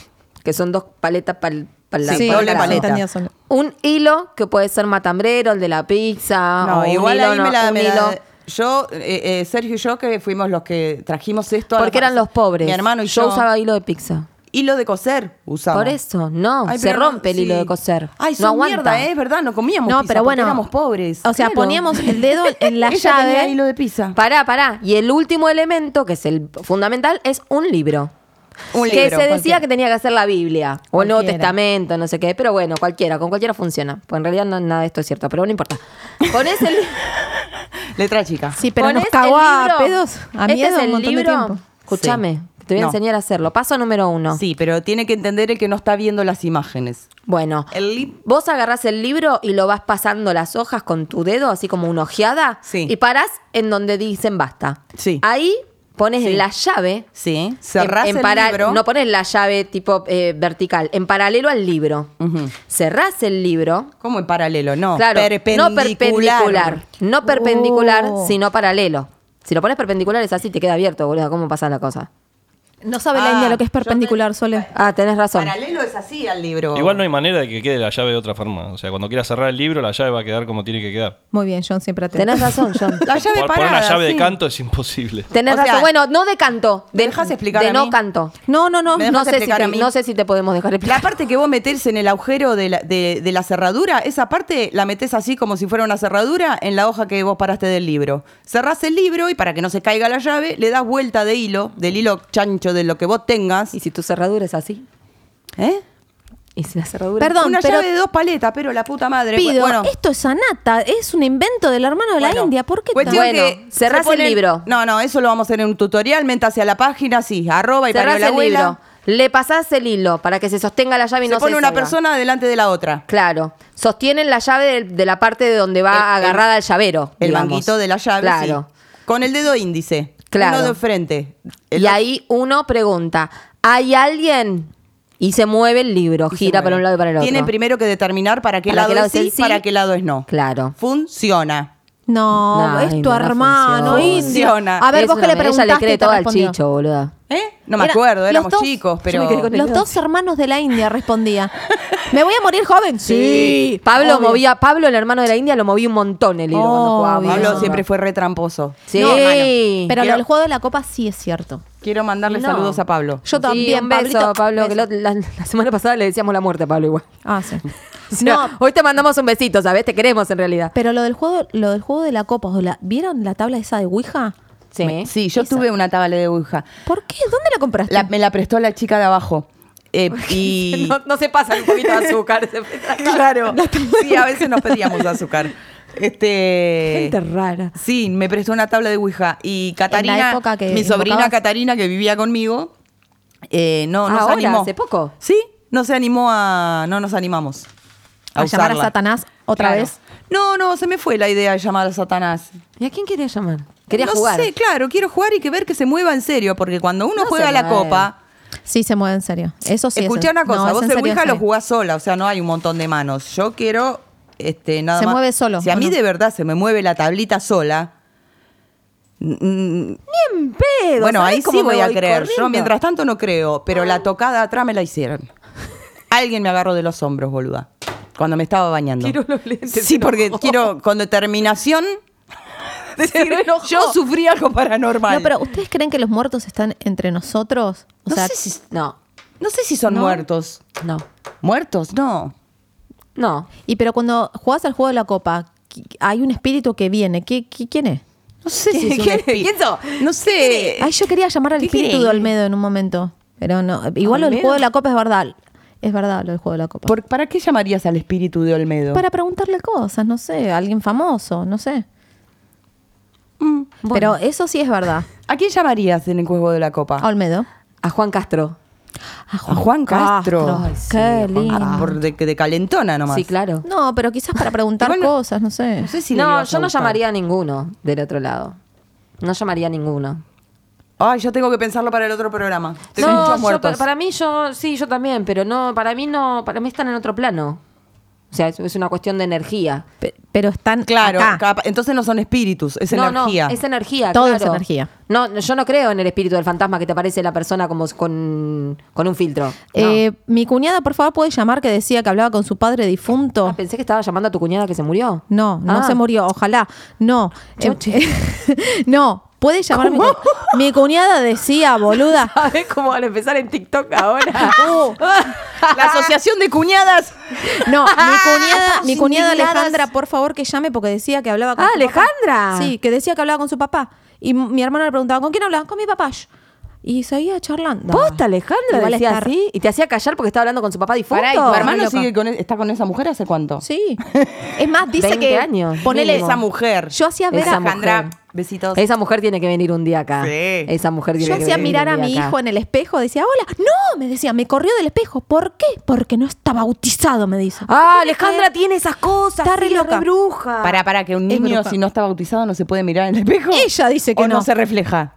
C: que son dos paletas pal- pal-
E: Sí,
C: para
D: doble
C: el lado.
D: paleta.
E: tenía solo.
C: Un hilo que puede ser matambrero, el de la pizza.
D: No,
C: Ah, o un
D: igual
C: hilo,
D: ahí
C: no,
D: me la.
C: un
D: me la-
C: hilo.
D: yo, eh, eh, Sergio y yo, que fuimos los que trajimos esto. a la
C: Porque eran
D: casa.
C: los pobres.
D: Mi hermano y yo.
C: Yo usaba hilo de pizza.
D: Hilo de coser usaba.
C: Por eso, no,
D: Ay,
C: se
D: pero no-
C: rompe el hilo
D: sí.
C: de coser.
D: Ay,
C: no
D: son
C: aguanta.
D: mierda, ¿eh? es verdad, no comíamos
E: No,
D: pizza
E: pero
D: porque
E: bueno.
D: éramos pobres.
E: O sea,
C: Claro.
E: poníamos el dedo en la
D: Ella tenía hilo
E: llave.
D: de pizza.
C: Pará, pará. Y el último elemento, que es el fundamental, es un libro.
D: Un
C: que
D: libro,
C: se decía
D: cualquiera.
C: que tenía que hacer la Biblia o el Nuevo
E: Cualquiera.
C: Testamento, no sé qué, pero bueno, cualquiera, con cualquiera funciona. Pues en realidad no, nada de esto es cierto, pero no importa. Con ese li-
D: Letra chica.
E: Sí, pero
C: ponés
E: nos cagó a
C: el libro.
E: pedos, a
C: Este
E: miedo
C: es el
E: un montón
C: libro.
E: de tiempo.
C: Escúchame, que te voy a
D: No.
C: enseñar a hacerlo. Paso número uno.
D: Sí, pero tiene que entender el que no está viendo las imágenes.
C: Bueno,
D: El li-
C: vos agarrás el libro y lo vas pasando las hojas con tu dedo, así como una ojeada,
D: Sí.
C: y parás en donde dicen basta.
D: Sí.
C: Ahí pones
D: Sí.
C: la llave.
D: Sí. Cerrás
C: en- en
D: el
C: para-
D: libro.
C: No pones la llave tipo eh, vertical, en paralelo al libro.
D: Ujú.
C: Cerrás el libro.
D: ¿Cómo en paralelo? No.
C: Claro, no perpendicular. No perpendicular,
E: Oh.
C: sino paralelo. Si lo pones perpendicular es así, te queda abierto, boludo. ¿Cómo pasa la cosa?
E: No sabe la
D: Ah,
E: India lo que es
D: yo te-
E: perpendicular, Sole.
C: Ah, tenés razón.
D: Paralelo es así al libro.
F: Igual no hay manera de que quede la llave de otra forma. O sea, cuando quieras cerrar el libro, la llave va a quedar como tiene que quedar.
E: Muy bien, John, siempre atento.
C: Tenés razón, John.
D: La llave
F: Por-
D: parada.
F: poner una llave
D: sí.
F: de canto es imposible.
C: Tenés
D: O sea,
C: razón. Bueno, no de canto.
D: ¿me
C: De,
D: dejas explicar
C: de
D: a
C: no
D: mí?
C: canto.
E: No, no, no.
D: Me-
C: No
D: dejas
C: sé, si
D: explicar
C: te,
D: a mí?
C: no sé si te podemos dejar
D: La
C: explicar.
D: parte que vos metés en el agujero de la, de- de la cerradura, esa parte la metés así como si fuera una cerradura en la hoja que vos paraste del libro. Cerrás el libro y para que no se caiga la llave, le das vuelta de hilo, del hilo chancho de lo que vos tengas.
C: Y si tu cerradura es así.
D: ¿Eh?
C: Y si la cerradura.
E: Perdón,
D: una
E: pero
D: llave de dos paletas, pero la puta madre.
E: pido,
D: Bueno,
E: esto es anata, es un invento del hermano de la
D: bueno.
E: India. ¿Por qué tan-
D: Cuestión
C: Bueno,
D: que
C: cerrás
D: se ponen-
C: el libro.
D: No, no, eso lo vamos a hacer en un tutorial. Menta hacia la página, sí, arroba y
C: Cerrás
D: parió la
C: el
D: abuela.
C: libro. Le pasás el hilo para que se sostenga la llave y
D: Se
C: no
D: pone
C: se
D: una
C: salga.
D: persona delante de la otra.
C: Claro. Sostienen la llave del- de, la parte de donde va
D: El- el-
C: Ah, agarrada el, llavero.
D: El
C: digamos.
D: manguito de la llave,
C: Claro.
D: sí. Con el dedo índice.
C: Claro.
D: Uno de frente. El
C: Y
D: otro-
C: ahí uno pregunta: ¿hay alguien? Y se mueve el libro,
D: y se
C: gira
D: mueve.
C: para un lado y para el otro.
D: Tiene primero que determinar para qué
C: Para
D: lado,
C: qué lado
D: es sí,
C: el sí.
D: para qué lado es no.
C: Claro.
D: Funciona.
E: No,
C: Nah,
E: es tu
C: no, no
E: hermano,
C: funciona.
E: Indio.
D: Funciona.
E: A ver,
C: Es
E: vos que
C: una-
E: le preguntaste.
C: Ella le cree
E: te
C: todo al
E: respondió.
C: chicho, boluda.
D: ¿Eh? No me
E: Era-
D: acuerdo,
E: los
D: éramos
E: dos-
D: chicos,
C: Yo
D: pero.
C: me quedé con el
E: Los
C: dedo.
E: dos hermanos de la India respondían. ¿Me voy a morir joven? Sí.
C: Pablo
E: obvio.
C: movía, Pablo, el hermano de la India, lo movía un montón el hilo cuando
E: Obvio.
C: jugábamos.
D: Pablo
E: No.
D: siempre fue re tramposo.
C: Sí.
E: No,
C: hermano.
E: Pero
D: Quiero-
E: el juego de la copa sí es cierto.
D: Quiero mandarle
C: No.
D: saludos a Pablo.
E: Yo
C: Sí,
E: también,
C: un beso,
E: Pablito.
C: Pablo. Que
E: Beso.
C: lo- la, la semana pasada le decíamos la muerte a Pablo igual.
E: Ah, sí.
C: O sea,
E: No.
C: Hoy te mandamos un besito, ¿sabes? Te queremos en realidad.
E: Pero lo del juego, lo del juego de la copa, o la- ¿vieron la tabla esa de Ouija?
C: Sí.
D: Sí, yo tuve una tabla de aguja.
E: ¿Por qué? ¿Dónde la compraste?
D: me la prestó la chica de abajo. Eh, y
C: No, no se pasa un poquito de azúcar. se pasa-
D: claro, sí, a veces nos pedíamos azúcar. Este
C: Gente rara.
D: Sí, me prestó una tabla de Ouija. Y
E: En la
D: Catarina,
E: época que
D: mi sobrina
E: invocabas.
D: Catarina, que vivía conmigo, eh, no, no
C: Ahora,
D: se animó.
C: hace poco.
D: Sí, no se animó a. No nos animamos. A,
E: A llamar a
D: usarla.
E: Satanás otra
D: Claro.
E: vez.
D: No, no, se me fue la idea de llamar a Satanás.
C: ¿Y a quién quería llamar? Quería
D: no
C: jugar.
D: sé, claro, quiero jugar y que ver que se mueva en serio, porque cuando uno
C: No
D: juega
C: se
D: la
C: mueve.
D: copa,
E: Sí, se mueve en serio. Eso sí. es
D: escuchá
E: en-
D: una cosa,
E: no, es
D: vos
E: en
D: el
E: serio, en
D: Ouija lo
E: serio.
D: jugás sola, o sea, no hay un montón de manos. Yo quiero, este, nada
E: Se
D: más.
E: mueve solo,
D: Si a
E: ¿o
D: mí
E: no?
D: de verdad se me mueve la tablita sola, mm,
C: Bien pedo.
D: Bueno,
C: ¿sabés
D: ahí sí
C: cómo me
D: voy a creer. Yo
C: corriendo?
D: mientras tanto no creo, pero la tocada atrás me la hicieron. Alguien me agarró de los hombros, boluda. Cuando me estaba bañando.
C: Quiero los lentes,
D: Sí,
C: se
D: porque
C: enojó.
D: quiero con determinación. Yo sufrí algo paranormal.
E: No, pero ¿ustedes creen que los muertos están entre nosotros? O
D: no,
E: sea,
D: sé si,
C: No,
D: no sé si son
E: No.
D: muertos.
C: no,
D: ¿Muertos? No.
C: no.
E: y pero cuando jugás al juego de la copa, qui- hay un espíritu que viene. ¿Qué, qué- quién es?
D: No sé si es un
C: ¿Quién-
D: espí-
C: quién sos?
D: No sé.
E: Ay, yo quería llamar al
D: Eh, ¿Qué
E: espíritu
D: crees?
E: de Olmedo en un momento. Pero no. Igual lo del
C: ¿Olmedo?
E: juego de la copa es verdad. Es verdad lo del juego de la copa.
D: ¿Por- ¿Para qué llamarías al espíritu de Olmedo?
E: Para preguntarle cosas, no sé, a alguien famoso, no sé. Pero eso sí es verdad.
D: ¿A quién llamarías en el juego de la copa?
E: A Olmedo.
C: A Juan Castro.
D: A Juan Castro. Ah,
E: Ay, sí,
C: Qué
E: a Juan
C: lindo.
E: Castro.
D: Por de, de calentona nomás.
C: Sí, claro.
E: No, pero quizás para preguntar
D: Igual no-
E: cosas, no sé.
D: No sé si le
C: no,
D: ibas a
C: yo no
D: gustar.
C: llamaría a ninguno del otro lado. No llamaría a ninguno.
D: Ay, yo tengo que pensarlo para el otro programa. Tengo
C: no,
D: muchos
C: yo-
D: muertos.
C: pa- para mí yo, sí, yo también, pero no, para mí no, para mí están en otro plano. O sea, es, es una cuestión de energía.
E: Pe- Pero están
D: Claro,
E: acá.
D: capa- entonces no son espíritus, es
C: no,
D: energía.
C: no, es energía.
E: Todo
C: claro.
E: es energía.
C: No, no, yo no creo en el espíritu del fantasma que te aparece la persona como s- con, con un filtro. No.
E: Eh, Mi cuñada, por favor, puede llamar que decía que hablaba con su padre difunto.
C: Ah, pensé que estaba llamando a tu cuñada que se murió.
E: No, no
C: Ah.
E: se murió, ojalá. No. Eh, no, puede llamar. Mi,
C: ¿Cómo?
E: cu- mi cuñada decía, boluda.
C: ¿Sabes cómo van a empezar en TikTok ahora?
E: Uh.
D: La asociación de cuñadas.
E: No, mi
C: Ah,
E: cuñada, mi
D: Estamos
E: cuñada
D: indignadas.
E: Alejandra, por favor, que llame porque decía que hablaba con
C: Ah,
E: su papá.
C: Alejandra.
E: Sí, que decía que hablaba con su papá. Y m- mi hermano le preguntaba, ¿con quién hablaba? Con mi papá. Y seguía charlando.
C: Posta, Alejandra,
E: Igual
C: decía
E: está-
C: así. Y te hacía callar porque estaba hablando con su papá difunto.
D: Pará, ¿y tu hermano
E: loca.
D: sigue con, e-, está con esa mujer hace cuánto?
E: Sí. Es más, dice
C: 20
E: que
C: años,
E: ponele
C: mínimo.
D: Esa mujer.
E: Yo hacía ver
C: Esa
E: a
C: mujer.
D: Alejandra, besitos.
C: Esa mujer tiene que venir un día acá.
D: Sí.
C: Esa mujer tiene
E: Yo
C: que
E: hacía
C: venir
E: mirar
C: un
E: a
C: día
E: mi
C: acá.
E: hijo en el espejo, decía, hola, no, me decía, me corrió del espejo. ¿Por qué? Porque no está bautizado, me dice.
C: Ah, Alejandra tiene esas cosas.
E: Está re
C: sí, es
E: loca.
C: bruja.
D: Para, para, que un
E: Es
D: niño
E: bruja.
D: si no está bautizado no se puede mirar en el espejo.
E: Ella dice que
D: o no.
E: no.
D: se refleja.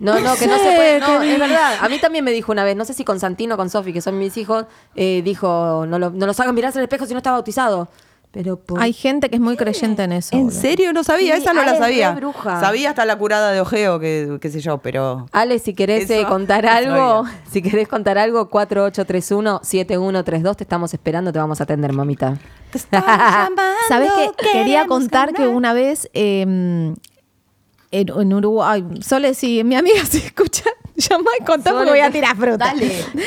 C: No, no, que no
E: Sí,
C: se puede. No,
E: qué
C: es verdad. A mí también me dijo una vez, no sé si con Santino o con Sofi, que son mis hijos, eh, dijo, no, lo- no los hagan mirarse al espejo si no está bautizado. Pero por...
E: Hay gente que es muy creyente en eso.
D: ¿En
E: boludo.
D: serio? No sabía,
C: Sí,
D: esa no
C: Ale
D: la
C: es re
D: sabía.
C: bruja.
D: Sabía hasta la curada de ojeo, que qué sé yo, pero...
C: Ale, si querés
D: Eso
C: eh, contar
D: no
C: algo,
D: sabía.
C: si querés contar algo, 4831-7132, te estamos esperando, te vamos a atender, mamita.
E: ¿Sabes qué? Quería contar que una vez eh, en, en Uruguay, Sole, si mi amiga se escucha, llama y contá
C: Sole,
E: porque voy a
C: te-
E: tirar fruta.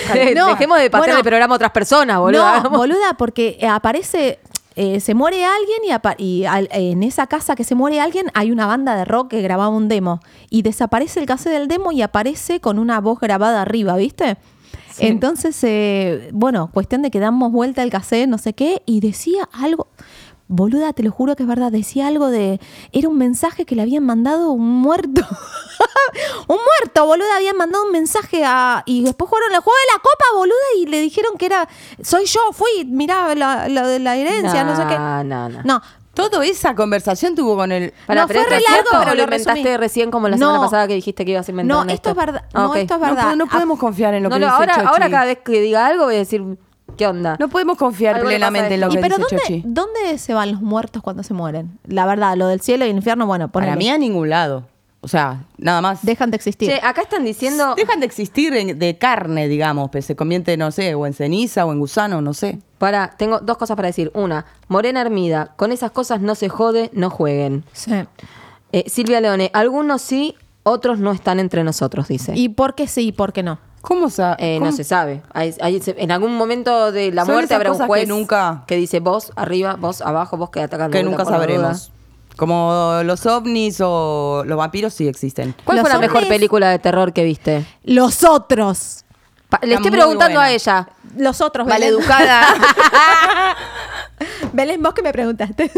D: Dale.
E: No,
C: Dejemos de pasar
E: bueno,
C: el programa a otras personas, boludo.
E: No, boluda, porque eh, aparece, eh, se muere alguien y, apa- y al- en esa casa que se muere alguien hay una banda de rock que grababa un demo. Y desaparece el cassette del demo y aparece con una voz grabada arriba, ¿viste? Entonces, eh, bueno, cuestión de que damos vuelta el cassette, no sé qué, y decía algo. Boluda, te lo juro que es verdad, decía algo de. Era un mensaje que le habían mandado un muerto. un muerto, boluda, habían mandado un mensaje a. Y después jugaron el juego de la copa, boluda, y le dijeron que era. Soy yo, fui, mirá la, la, de la herencia, no, sé qué.
C: No, no, no.
D: Toda esa conversación tuvo con el...
C: Pará,
E: No,
C: pero esto
E: fue re
C: es
E: largo,
C: cierto,
E: pero
C: o lo
E: lo
C: inventaste
E: resumí.
C: recién como la
E: No.
C: semana pasada que dijiste que ibas a inventar
E: No,
C: un
E: esto es verdad.
C: Ah,
E: No,
C: ok.
E: esto es verdad.
D: No, no podemos confiar en lo
C: No,
D: que
C: no,
D: dice
C: ahora,
D: Chochi.
C: ahora cada vez que diga algo voy a decir, ¿qué onda?
D: No podemos confiar
C: Algo le pasa
D: plenamente
C: a
D: en lo
E: ¿Y
D: que
E: pero
D: dice
E: dónde,
D: Chochi.
E: dónde se van los muertos cuando se mueren? La verdad, lo del cielo y el infierno, bueno, por
D: Para mí a ningún lado. O sea, nada más.
E: Dejan de existir.
C: Che, acá están diciendo.
D: Dejan de existir en- de carne, digamos, que se convierte, no sé, o en ceniza o en gusano, no sé.
C: Para, tengo dos cosas para decir. Una, Morena Hermida, con esas cosas no se jode, no jueguen.
E: Sí.
C: Eh, Silvia Leone, algunos sí, otros no están entre nosotros, dice.
E: ¿Y por qué sí y por qué no?
D: ¿Cómo sa
C: Eh,
D: cómo-
C: no se sabe. Hay- hay- se- en algún momento de la
D: Son
C: muerte
D: esas
C: habrá un
D: cosas que
C: juez
D: nunca-
C: que dice vos arriba, vos abajo, vos que atacando.
D: Que nunca sabremos. Como los ovnis o los vampiros sí existen.
C: ¿Cuál
E: Los
C: fue la
E: hombres-
C: mejor película de terror que viste?
E: Los otros.
C: Pa- le
D: Está
C: estoy
D: muy
C: preguntando
D: buena.
C: a ella.
E: Los otros. Belén.
D: Maleducada.
E: Belén, vos que me preguntaste.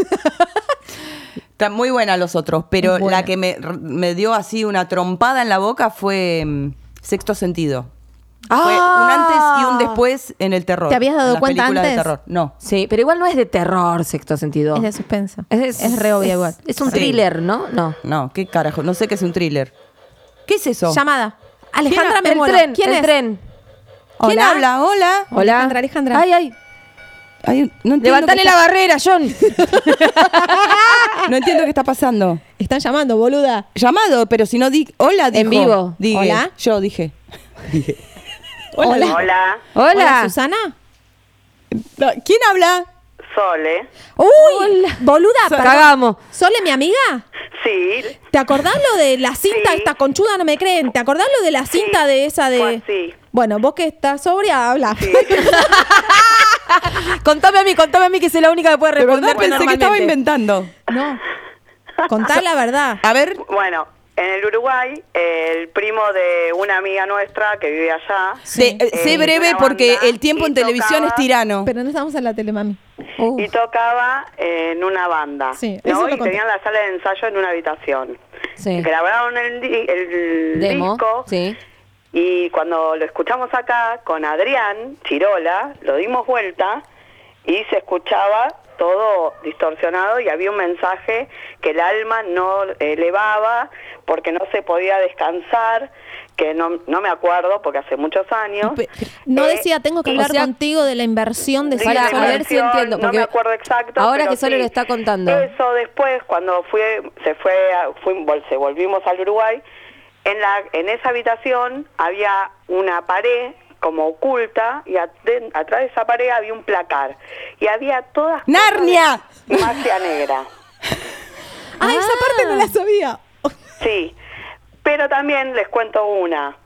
D: Están muy buenas los otros, pero
E: Buena.
D: la que me, me dio así una trompada en la boca fue mm, Sexto Sentido.
C: Ah.
D: Fue un antes y un después en el terror.
E: ¿Te habías dado
D: en las
E: cuenta
D: películas de
E: antes?
D: terror. No.
C: Sí, pero igual no es de terror, sexto sentido.
E: Es de suspenso.
C: Es,
E: Es, re obvia
C: es-
E: igual.
C: Es un
D: Sí.
C: thriller, ¿no? No.
D: No, qué carajo. No sé qué es un thriller. ¿Qué es eso?
E: Llamada. Alejandra me
C: el
E: muero.
C: tren,
E: ¿Quién
C: el
E: es?
C: tren.
D: ¿Quién
E: Hola.
D: habla? Hola.
C: Hola.
E: Alejandra, Alejandra.
C: Ay, ay.
D: Ay, no, entiendo
C: Levantale
D: qué
C: la
D: está-
C: barrera, John.
D: no entiendo qué está pasando.
E: Están llamando, boluda.
D: Llamado, pero si no di hola dijo.
C: En vivo.
D: Dije.
E: Hola.
D: Yo dije.
E: Hola.
G: Hola,
C: Hola.
E: Susana. No, ¿Quién habla?
G: Sole.
E: ¡Uy! Boluda, perdón.
C: Cagamos.
E: ¿Sole, mi amiga?
G: Sí.
E: ¿Te acordás lo de la cinta?
G: Sí.
E: Esta conchuda no me creen. ¿Te acordás lo de la cinta
G: Sí,
E: de esa de.?
G: fue así.
E: Bueno, vos que estás sobria, habla.
C: Contame a mí, contame a mí que soy la única que puede
D: De
C: responder.
D: verdad pensé que estaba
C: normalmente.
D: inventando.
E: no. Contá la verdad.
D: A ver,
G: Bueno, en el Uruguay, el primo de una amiga nuestra que vive allá.
D: de- eh, sé
G: eh,
D: breve
G: una
D: porque
G: banda
D: el tiempo en
G: y
D: televisión
G: tocaba-
D: es tirano.
E: Pero no estamos en la tele, mami. Uh.
G: Y tocaba en una banda.
E: Sí,
G: ¿no?
E: eso lo
G: Y
E: conté.
G: tenían la sala de ensayo en una habitación.
C: Sí.
G: Grabaron el, di- el
C: Demo,
G: disco.
C: sí.
G: Y cuando lo escuchamos acá con Adrián Chirola, lo dimos vuelta y se escuchaba todo distorsionado y había un mensaje que el alma no elevaba porque no se podía descansar, que no, no me acuerdo porque hace muchos años.
D: Pe-
E: No
G: Eh,
E: decía, tengo que
C: o
E: hablar
C: sea-
E: contigo de la inversión de
G: Sí,
E: Sara
C: Para,
G: la
E: Soler.
C: a ver si
G: inversión,
C: entiendo, porque
G: no me acuerdo exacto.
C: ahora
G: pero
C: que Sole
G: sí.
C: lo está contando.
G: Eso después, cuando fue, se fue, a- fui- vol- se volvimos al Uruguay, en, la, en esa habitación había una pared como oculta y at- de- atrás de esa pared había un placar. Y había todas... cosas
D: ¡Narnia!
G: de Magia negra.
E: Ah, esa parte no la sabía.
G: Sí. Pero también les cuento una,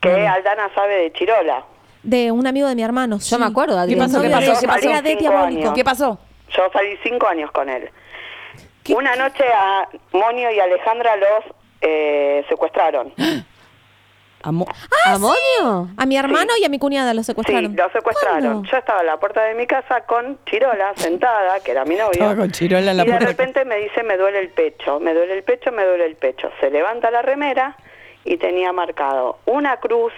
G: que Aldana sabe de Chirola.
E: De un amigo de mi hermano.
C: Yo me acuerdo, Adrián.
E: pasó?
C: ¿Qué
E: Era-
C: pasó? ¿Qué pasó?
E: Era de
G: Cinco
E: diabólico.
G: años.
D: ¿Qué pasó?
G: Yo salí cinco años con él. Una noche a Monio y Alejandra los eh, secuestraron.
D: Amo-
E: Ah,
C: Ah. ¿Amonio?
E: A mi hermano y a mi cuñada lo secuestraron.
G: Sí, los secuestraron.
E: ¿Cuándo?
G: Yo estaba a la puerta de mi casa con Chirola sentada, que era mi novia.
D: Estaba con Chirola en la
G: y de
D: puerta.
G: repente me dice, me duele el pecho, me duele el pecho, me duele el pecho. Se levanta la remera y tenía marcado una cruz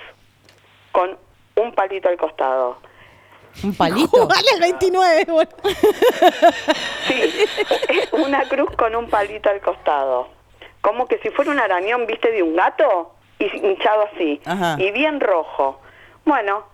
G: con un palito al costado.
D: Un palito.
E: Jugale al 29, boludo.
G: Sí, una cruz con un palito al costado. Como que si fuera un arañón, viste, de un gato, y hinchado así,
D: Ajá.
G: y bien rojo. Bueno,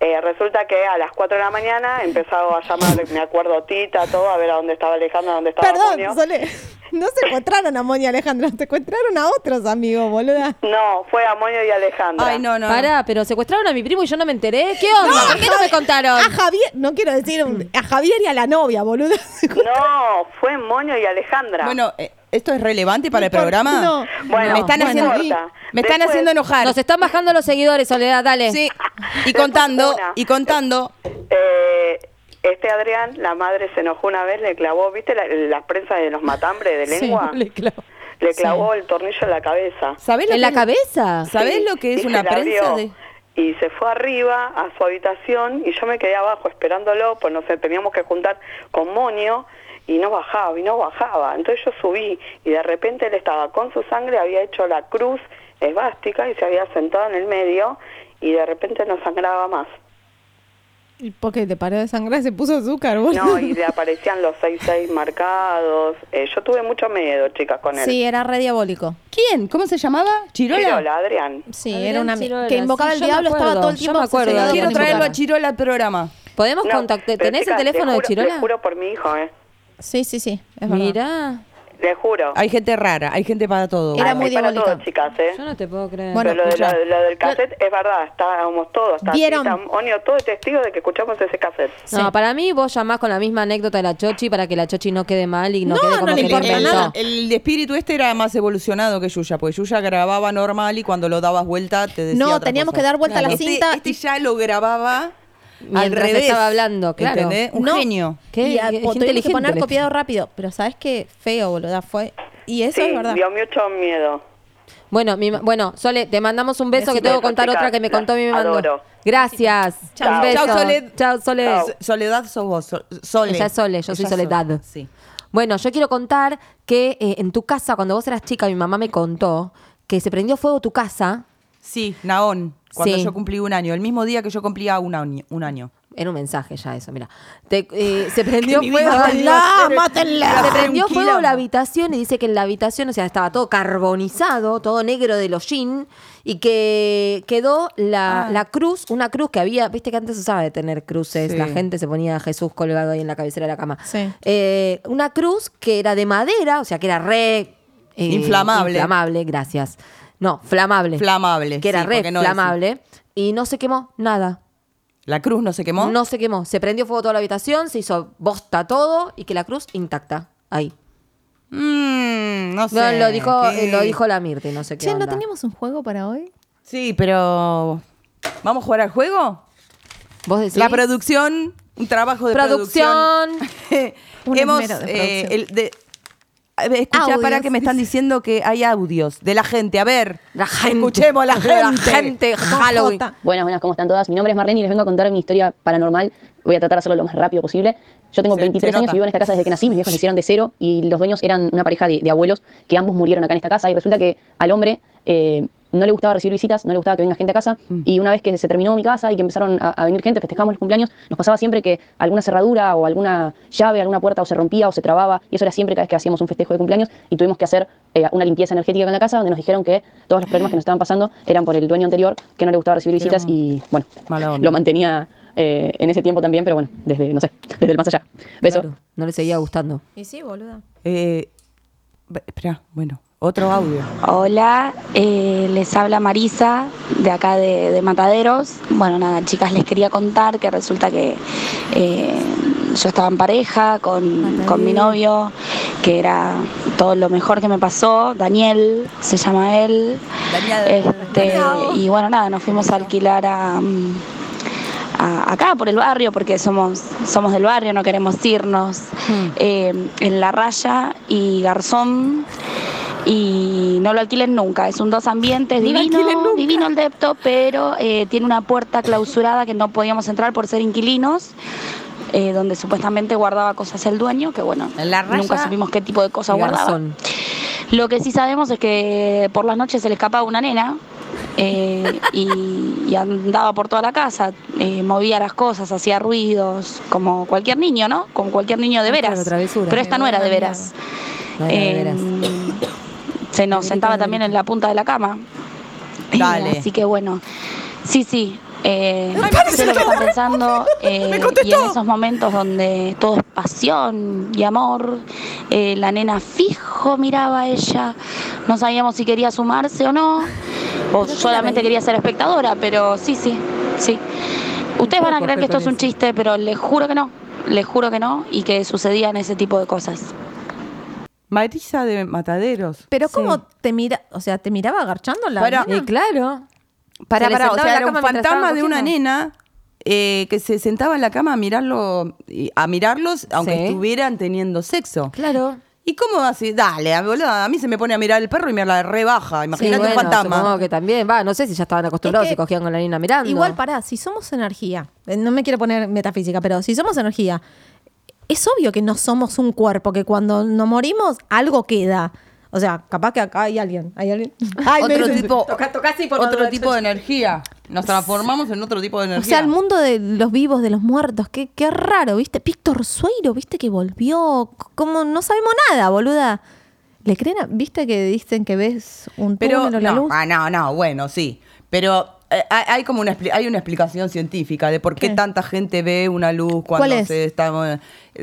G: eh, resulta que a las 4 de la mañana empezaba a llamar, me acuerdo, Tita, todo, a ver a dónde estaba Alejandra, dónde estaba Antonio.
E: Perdón, Sole. No secuestraron a Moni y Alejandra, secuestraron a otros amigos, boluda.
G: No, fue a Moño y Alejandra.
D: Ay, no, no. no.
C: Pará, pero secuestraron a mi primo y yo no me enteré. ¿Qué onda? ¿Por qué no me contaron?
E: A Javier, no quiero decir un- a Javier y a la novia, boluda.
G: No, fue Moño y Alejandra.
D: Bueno, eh, ¿esto es relevante para el
E: No,
D: programa?
E: no.
G: Bueno,
D: me están
G: no
D: haciendo,
G: importa.
D: me están
G: Después-
D: haciendo enojar.
C: Nos están bajando los seguidores, Soledad, dale.
D: Sí. Y
G: Después
D: contando,
G: una.
D: y contando.
G: Eh, este Adrián, la madre se enojó una vez, le clavó, ¿viste la, la prensa de los matambres de lengua?
C: Le clavo.
G: Le clavó el tornillo en la cabeza.
D: ¿Sabés lo
C: ¿En
D: que
C: la
D: es-
C: cabeza?
D: ¿Sabés
G: Sí,
D: lo que es
G: y
D: una
G: se la
D: prensa
G: abrió.
D: de.?
G: Y se fue arriba a su habitación y yo me quedé abajo esperándolo, pues no sé, teníamos que juntar con Monio y no bajaba, y no bajaba. Entonces yo subí y de repente él estaba con su sangre, había hecho la cruz esvástica y se había sentado en el medio y de repente no sangraba más.
E: ¿Y por qué te paró de sangrar? Se puso azúcar, boludo.
G: No, y le aparecían los 6-6 marcados. Eh, yo tuve mucho miedo, chicas, con él.
E: Sí, era re diabólico.
D: ¿Quién? ¿Cómo se llamaba? ¿Chirola?
G: Chirola, Adrián.
E: Sí,
C: Adrián
E: era una
C: Chirola,
E: que invocaba
C: sí,
E: el
C: yo me
E: diablo, estaba
C: acuerdo,
E: todo el
C: yo
E: tiempo
C: me acuerdo,
E: obsesionado
D: Quiero
E: con
D: traerlo a
E: invocar.
D: Chirola al programa.
C: ¿Podemos
G: No,
C: contactar?
G: pero,
C: ¿Tenés el
G: chicas, les
C: teléfono de
G: juro-
C: Chirola?
G: Les juro por mi hijo, ¿eh?
E: Sí, sí, sí, es verdad.
C: Mira,
G: Les juro.
D: Hay gente rara, hay gente para todo.
E: Era
G: Hay
E: muy
G: para
E: diabólica.
G: todo, chicas, ¿eh?
C: yo no te puedo creer.
E: Bueno,
G: Pero lo, de
E: escucha.
G: la- lo del cassette es verdad, estábamos todos, está
E: Vieron.
G: está Onio, todo testigo de que escuchamos ese cassette.
C: No, para mí vos llamás con la misma anécdota de la Chochi para que la Chochi no quede mal y no,
E: No,
C: quede
E: no
C: como
E: le
C: que
D: El,
C: la
E: importa
D: el-
C: inventó.
E: nada.
D: el espíritu este era más evolucionado que Yuya, porque Yuya grababa normal y cuando lo dabas vuelta te decía.
E: No,
D: otra
E: teníamos
D: cosa.
E: que dar vuelta a la
D: Este-
E: cinta
D: Este
E: y-
D: ya lo grababa al
C: Mientras
D: revés.
C: estaba hablando, claro.
D: ¿entendés? Un
E: No,
D: genio.
C: Qué-
E: ¿Eh? y a-
C: qué
E: po-
C: gente
E: tuvimos que poner
C: inteligente.
E: copiado rápido, pero sabes qué feo, boluda, fue. Y eso es
G: sí,
E: verdad.
G: dio mucho miedo.
C: Bueno, mi ma- bueno, Sole, te mandamos un beso que
G: Besito,
C: tengo que contar
G: chicas,
C: otra que me
G: las
C: contó mi mamá.
G: adoro.
C: Gracias.
G: Chao.
C: Un beso.
D: Chao, Sole.
C: Chao, Sole.
G: Chao.
D: So- Soledad sos vos, so- Sole.
C: Ella es Sole, yo soy
D: Ella es Sole,
C: Soledad.
D: Sí.
C: Bueno, yo quiero contar que eh, en tu casa, cuando vos eras chica, mi mamá me contó que se prendió fuego tu casa.
D: Sí, Naón, cuando
C: Sí.
D: yo cumplí un año, el mismo día que yo cumplía un año. Un año.
C: Era un mensaje ya eso, mira. Te- eh, se prendió
D: mi
C: fuego.
D: vida valía ser-
E: mátenla.
D: era
C: Se
D: ser
C: prendió
D: un
C: fuego
D: quilombo.
C: la habitación y dice que en la habitación, o sea, estaba todo carbonizado, todo negro de los jeans, y que quedó la,
D: Ah.
C: la cruz, una cruz que había, viste que antes se usaba de tener cruces,
D: Sí.
C: la gente se ponía a Jesús colgado ahí en la cabecera de la cama.
E: Sí.
C: Eh, una cruz que era de madera, o sea, que era re... eh,
D: Inflamable.
C: Inflamable, gracias. No, flamable.
D: Flamable,
C: Que era
D: sí,
C: re
D: porque no es-
C: flamable. Y no se quemó nada.
D: La cruz no se quemó.
C: No se quemó. Se prendió fuego toda la habitación, se hizo bosta todo y que la cruz intacta. Ahí.
D: Mm, no sé.
C: No, lo dijo,
D: ¿qué?
C: eh, lo dijo la Mirta y no sé qué.
E: Che, ¿no
C: onda.
E: teníamos un juego para hoy?
D: Sí, pero. ¿Vamos a jugar al juego?
C: Vos decís.
D: La producción, un trabajo de
C: Producción.
D: producción.
E: Un
D: Hemos.
E: esmero de
D: eh,
E: producción.
D: el de- a ver, escuchá,
E: Audios,
D: para que me están
E: dice.
D: diciendo que hay audios de la gente. A ver.
C: La gente.
D: Escuchemos a la
C: La
D: gente.
C: gente, Halloween.
E: Jota.
H: Buenas, buenas, ¿cómo están todas? Mi nombre es Marlene y les vengo a contar mi historia paranormal. Voy a tratar de hacerlo lo más rápido posible. Yo tengo
D: Se-
H: 23
D: se nota.
H: años y vivo en esta casa desde que nací. Mis viejos se hicieron de cero y los dueños eran una pareja de, de abuelos que ambos murieron acá en esta casa. Y resulta que al hombre eh, no le gustaba recibir visitas, no le gustaba que venga gente a casa.
D: Mm.
H: Y una vez que se terminó mi casa y que empezaron a, a venir gente, festejamos los cumpleaños, nos pasaba siempre que alguna cerradura o alguna llave, alguna puerta o se rompía o se trababa. Y eso era siempre cada vez que hacíamos un festejo de cumpleaños y tuvimos que hacer eh, una limpieza energética en la casa donde nos dijeron que todos los problemas que nos estaban pasando eran por el dueño anterior que no le gustaba recibir visitas y bueno,
D: Mala onda.
H: lo mantenía eh, en ese tiempo también, pero bueno, desde, no sé, desde el más allá. Beso.
C: Claro, no le seguía gustando.
E: Y sí, boluda.
D: Eh, ve- espera, bueno, otro audio.
I: Hola, eh, les habla Marisa de acá de, de Mataderos. Bueno, nada, chicas, les quería contar que resulta que eh, yo estaba en pareja con, con mi novio, que era todo lo mejor que me pasó. Daniel, se llama él.
D: Daniel.
I: Este, y bueno, nada, nos fuimos a alquilar a, mm, a- acá por el barrio, porque somos, somos del barrio, no queremos irnos.
D: Hmm.
I: Eh, en La Raya y Garzón. Y no lo alquilen nunca, es un dos ambientes divino, divino el depto, pero eh, tiene una puerta clausurada que no podíamos entrar por ser inquilinos, eh, donde supuestamente guardaba cosas el dueño, que bueno,
D: En La Raya
I: nunca supimos qué tipo de cosas guardaba.
C: Garzón.
I: Lo que sí sabemos es que por las noches se le escapaba una nena eh, y, y andaba por toda la casa, eh, movía las cosas, hacía ruidos, como cualquier niño, ¿no? Como cualquier niño de
C: Ah, claro,
I: veras.
C: travesura.
I: Pero esta no era de veras.
C: No era de veras.
I: Eh, se nos sentaba también en la punta de la cama. Eh,
D: Dale.
I: Así que bueno, sí, sí. eh,
D: Ay, me
I: sé lo que
D: contestó.
I: está pensando eh,
D: Me
I: y en
D: contestó.
I: esos momentos donde todo es pasión y amor, eh, la nena fijo miraba a ella, no sabíamos si quería sumarse o no, o solamente quería ser espectadora, pero sí, sí, sí. Ustedes van a
C: poco
I: creer que esto es un
C: preferencia.
I: chiste, pero les juro que no, les juro que no, y que sucedían ese tipo de cosas.
D: Marisa de Mataderos.
E: Pero cómo te mira, o sea, te miraba agarchando la
D: Para-
E: nena?
C: Eh, claro.
D: Para,
C: Se le
D: para, o
C: sentaba en
D: sea,
C: la
D: era un
C: cama mientras
D: fantasma
C: estaban
D: de una
C: cogiendo.
D: nena eh, que se sentaba en la cama a mirarlo, y- a mirarlos, aunque
C: Sí.
D: estuvieran teniendo sexo.
C: Claro.
D: ¿Y cómo así? Dale, a- boludo, a mí se me pone a mirar el perro y me la rebaja. Imagínate
C: Sí,
D: un
C: bueno, Supongo
D: fantasma.
C: que también. Va, no sé si ya estaban acostumbrados
E: Es que-
C: y cogían con la nena mirando.
E: Igual, pará, si somos energía, eh, no me quiero poner metafísica, pero si somos energía, es obvio que no somos un cuerpo, que cuando nos morimos algo queda. O sea, capaz que acá hay alguien, hay alguien. Ay, me-
D: otro tipo,
C: Toca- toca así por
D: otro
C: otro
D: tipo de energía. Nos transformamos en otro tipo de
E: O
D: energía.
E: sea, el mundo de los vivos, de los muertos, qué, qué raro, ¿viste? Víctor Sueiro, ¿viste que volvió? C- Como no sabemos nada, boluda. ¿Le creen? a- ¿Viste que dicen que ves un
D: Pero
E: túnel en la
D: no,
E: luz?
D: ah, no, no, bueno, sí. Pero eh, hay hay como una expli- hay una explicación científica de por qué,
E: ¿Qué?
D: tanta gente ve una luz cuando
E: ¿Cuál es?
D: se está eh,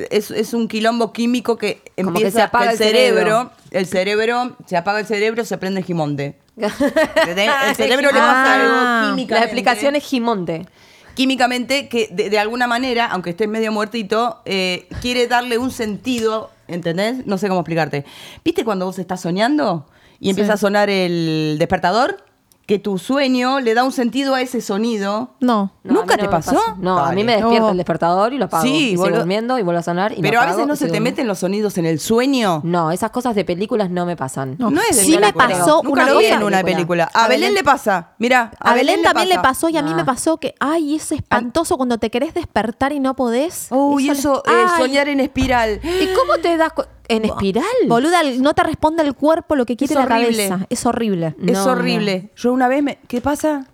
D: es, es un quilombo químico que
C: Como que
D: empieza
C: se apaga
D: el
C: el cerebro.
D: cerebro, el cerebro, se apaga el cerebro, se prende el gimonte. ¿Entendés? El cerebro le pasa
E: Ah,
D: algo químicamente.
C: La explicación es Gimonte.
D: químicamente que de, de alguna manera, aunque estés medio muertito, eh, quiere darle un sentido, ¿entendés? No sé cómo explicarte. ¿Viste cuando vos estás soñando y empieza a sonar el despertador? Que tu sueño le da un sentido a ese sonido.
E: No.
C: No,
D: ¿Nunca
C: a mí no
D: te
C: me
D: pasó?
C: pasa. No, a mí
D: Dale.
C: me despierta
E: No.
C: el despertador y lo apago.
D: Sí,
C: y sigo
D: boludo.
C: durmiendo y vuelvo a sonar y lo
D: Pero a veces
C: apago
D: no
C: y
D: se
C: sigo
D: te
C: durmiendo.
D: meten los sonidos en el sueño.
C: No, esas cosas de películas no me pasan.
D: No, es de
E: Sí me
D: película.
E: pasó
D: Nunca
E: una
D: lo vi
E: cosa.
D: en una película. A, Belén, le pasa. Mira,
E: A, Belén, también le
D: pasa.
E: pasó y a mí
C: Ah.
E: me pasó que, ay, es espantoso cuando te querés despertar y no podés.
D: Uy, eso,
E: le-
D: eh,
E: Ay,
D: soñar en espiral.
C: ¿Y cómo te das cu- en espiral?
E: Boluda, no te responde el cuerpo lo que quiere la
D: horrible.
E: cabeza. Es horrible.
D: Es
C: No,
D: horrible. Yo una vez me. ¿Qué pasa?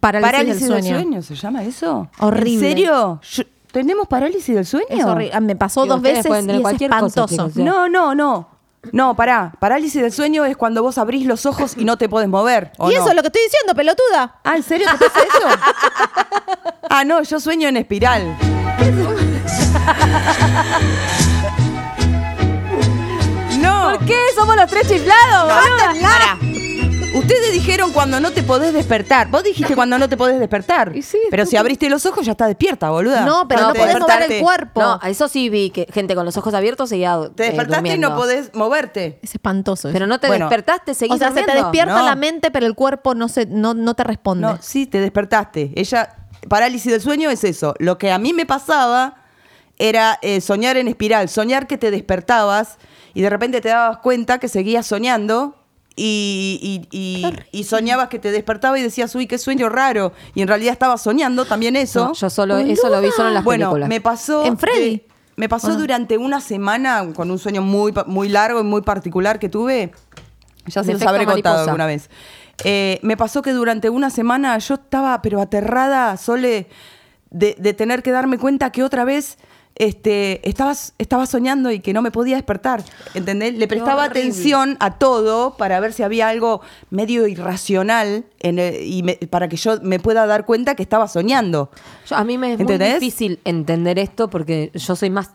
E: Parálisis,
D: Parálisis,
E: del sueño.
D: del sueño, ¿se llama eso?
E: Horrible.
D: ¿En serio? Yo- ¿Tenemos parálisis del sueño?
E: Es horrible. Ah, Me pasó
C: Digo,
E: dos
C: ustedes
E: veces
C: pueden tener
E: y es
C: cualquier cosa,
E: espantoso.
C: chicos.
D: No, no, no. No, pará. Parálisis del sueño es cuando vos abrís los ojos y no te podés mover. ¿o
E: y
D: no?
E: eso es lo que estoy diciendo, pelotuda.
D: Ah, ¿en serio te pasa eso? ah, no, yo sueño en espiral. no.
C: ¿Por qué somos los tres chiflados?
D: No,
C: boluda?
D: pará. Ustedes dijeron cuando no te podés despertar. Vos dijiste cuando no te podés despertar.
E: Y sí,
D: pero si
E: estúpido.
D: abriste los ojos ya está despierta, boluda.
E: No, pero no
D: te
E: podés mover
D: despertaste.
E: el cuerpo.
C: No, a eso sí vi que gente con los ojos abiertos seguía eh,
D: Te despertaste y
C: durmiendo.
D: no podés moverte.
E: Es espantoso. eso.
C: Pero no te
D: Bueno.
C: despertaste, seguís
E: o sea, se te
C: durmiendo.
E: despierta
D: No.
E: la mente, pero el cuerpo no se no, no te responde.
D: No, sí, te despertaste. Ella, parálisis del sueño es eso. Lo que a mí me pasaba era eh, soñar en espiral, soñar que te despertabas y de repente te dabas cuenta que seguías soñando y, y- y- y soñabas que te despertaba y decías, uy, qué sueño raro. Y en realidad estabas soñando también eso.
C: No, yo solo eso lo vi solo en las
D: bueno,
C: películas.
D: me pasó.
E: En Freddy.
D: eh, me pasó
E: ¿O no?
D: durante una semana con un sueño muy, pa- muy largo y muy particular que tuve. Ya se
C: El
D: los
C: efecto
D: habré contado
C: mariposa.
D: alguna vez. Eh, me pasó que durante una semana yo estaba, pero aterrada, Sole, de, de tener que darme cuenta que otra vez este, estaba, estaba soñando y que no me podía despertar. ¿Entendés? Le prestaba
C: horrible.
D: atención a todo para ver si había algo medio irracional en el- y me- para que yo me pueda dar cuenta que estaba soñando.
C: Yo- a mí me es
D: ¿Entendés?
C: muy difícil entender esto porque yo soy más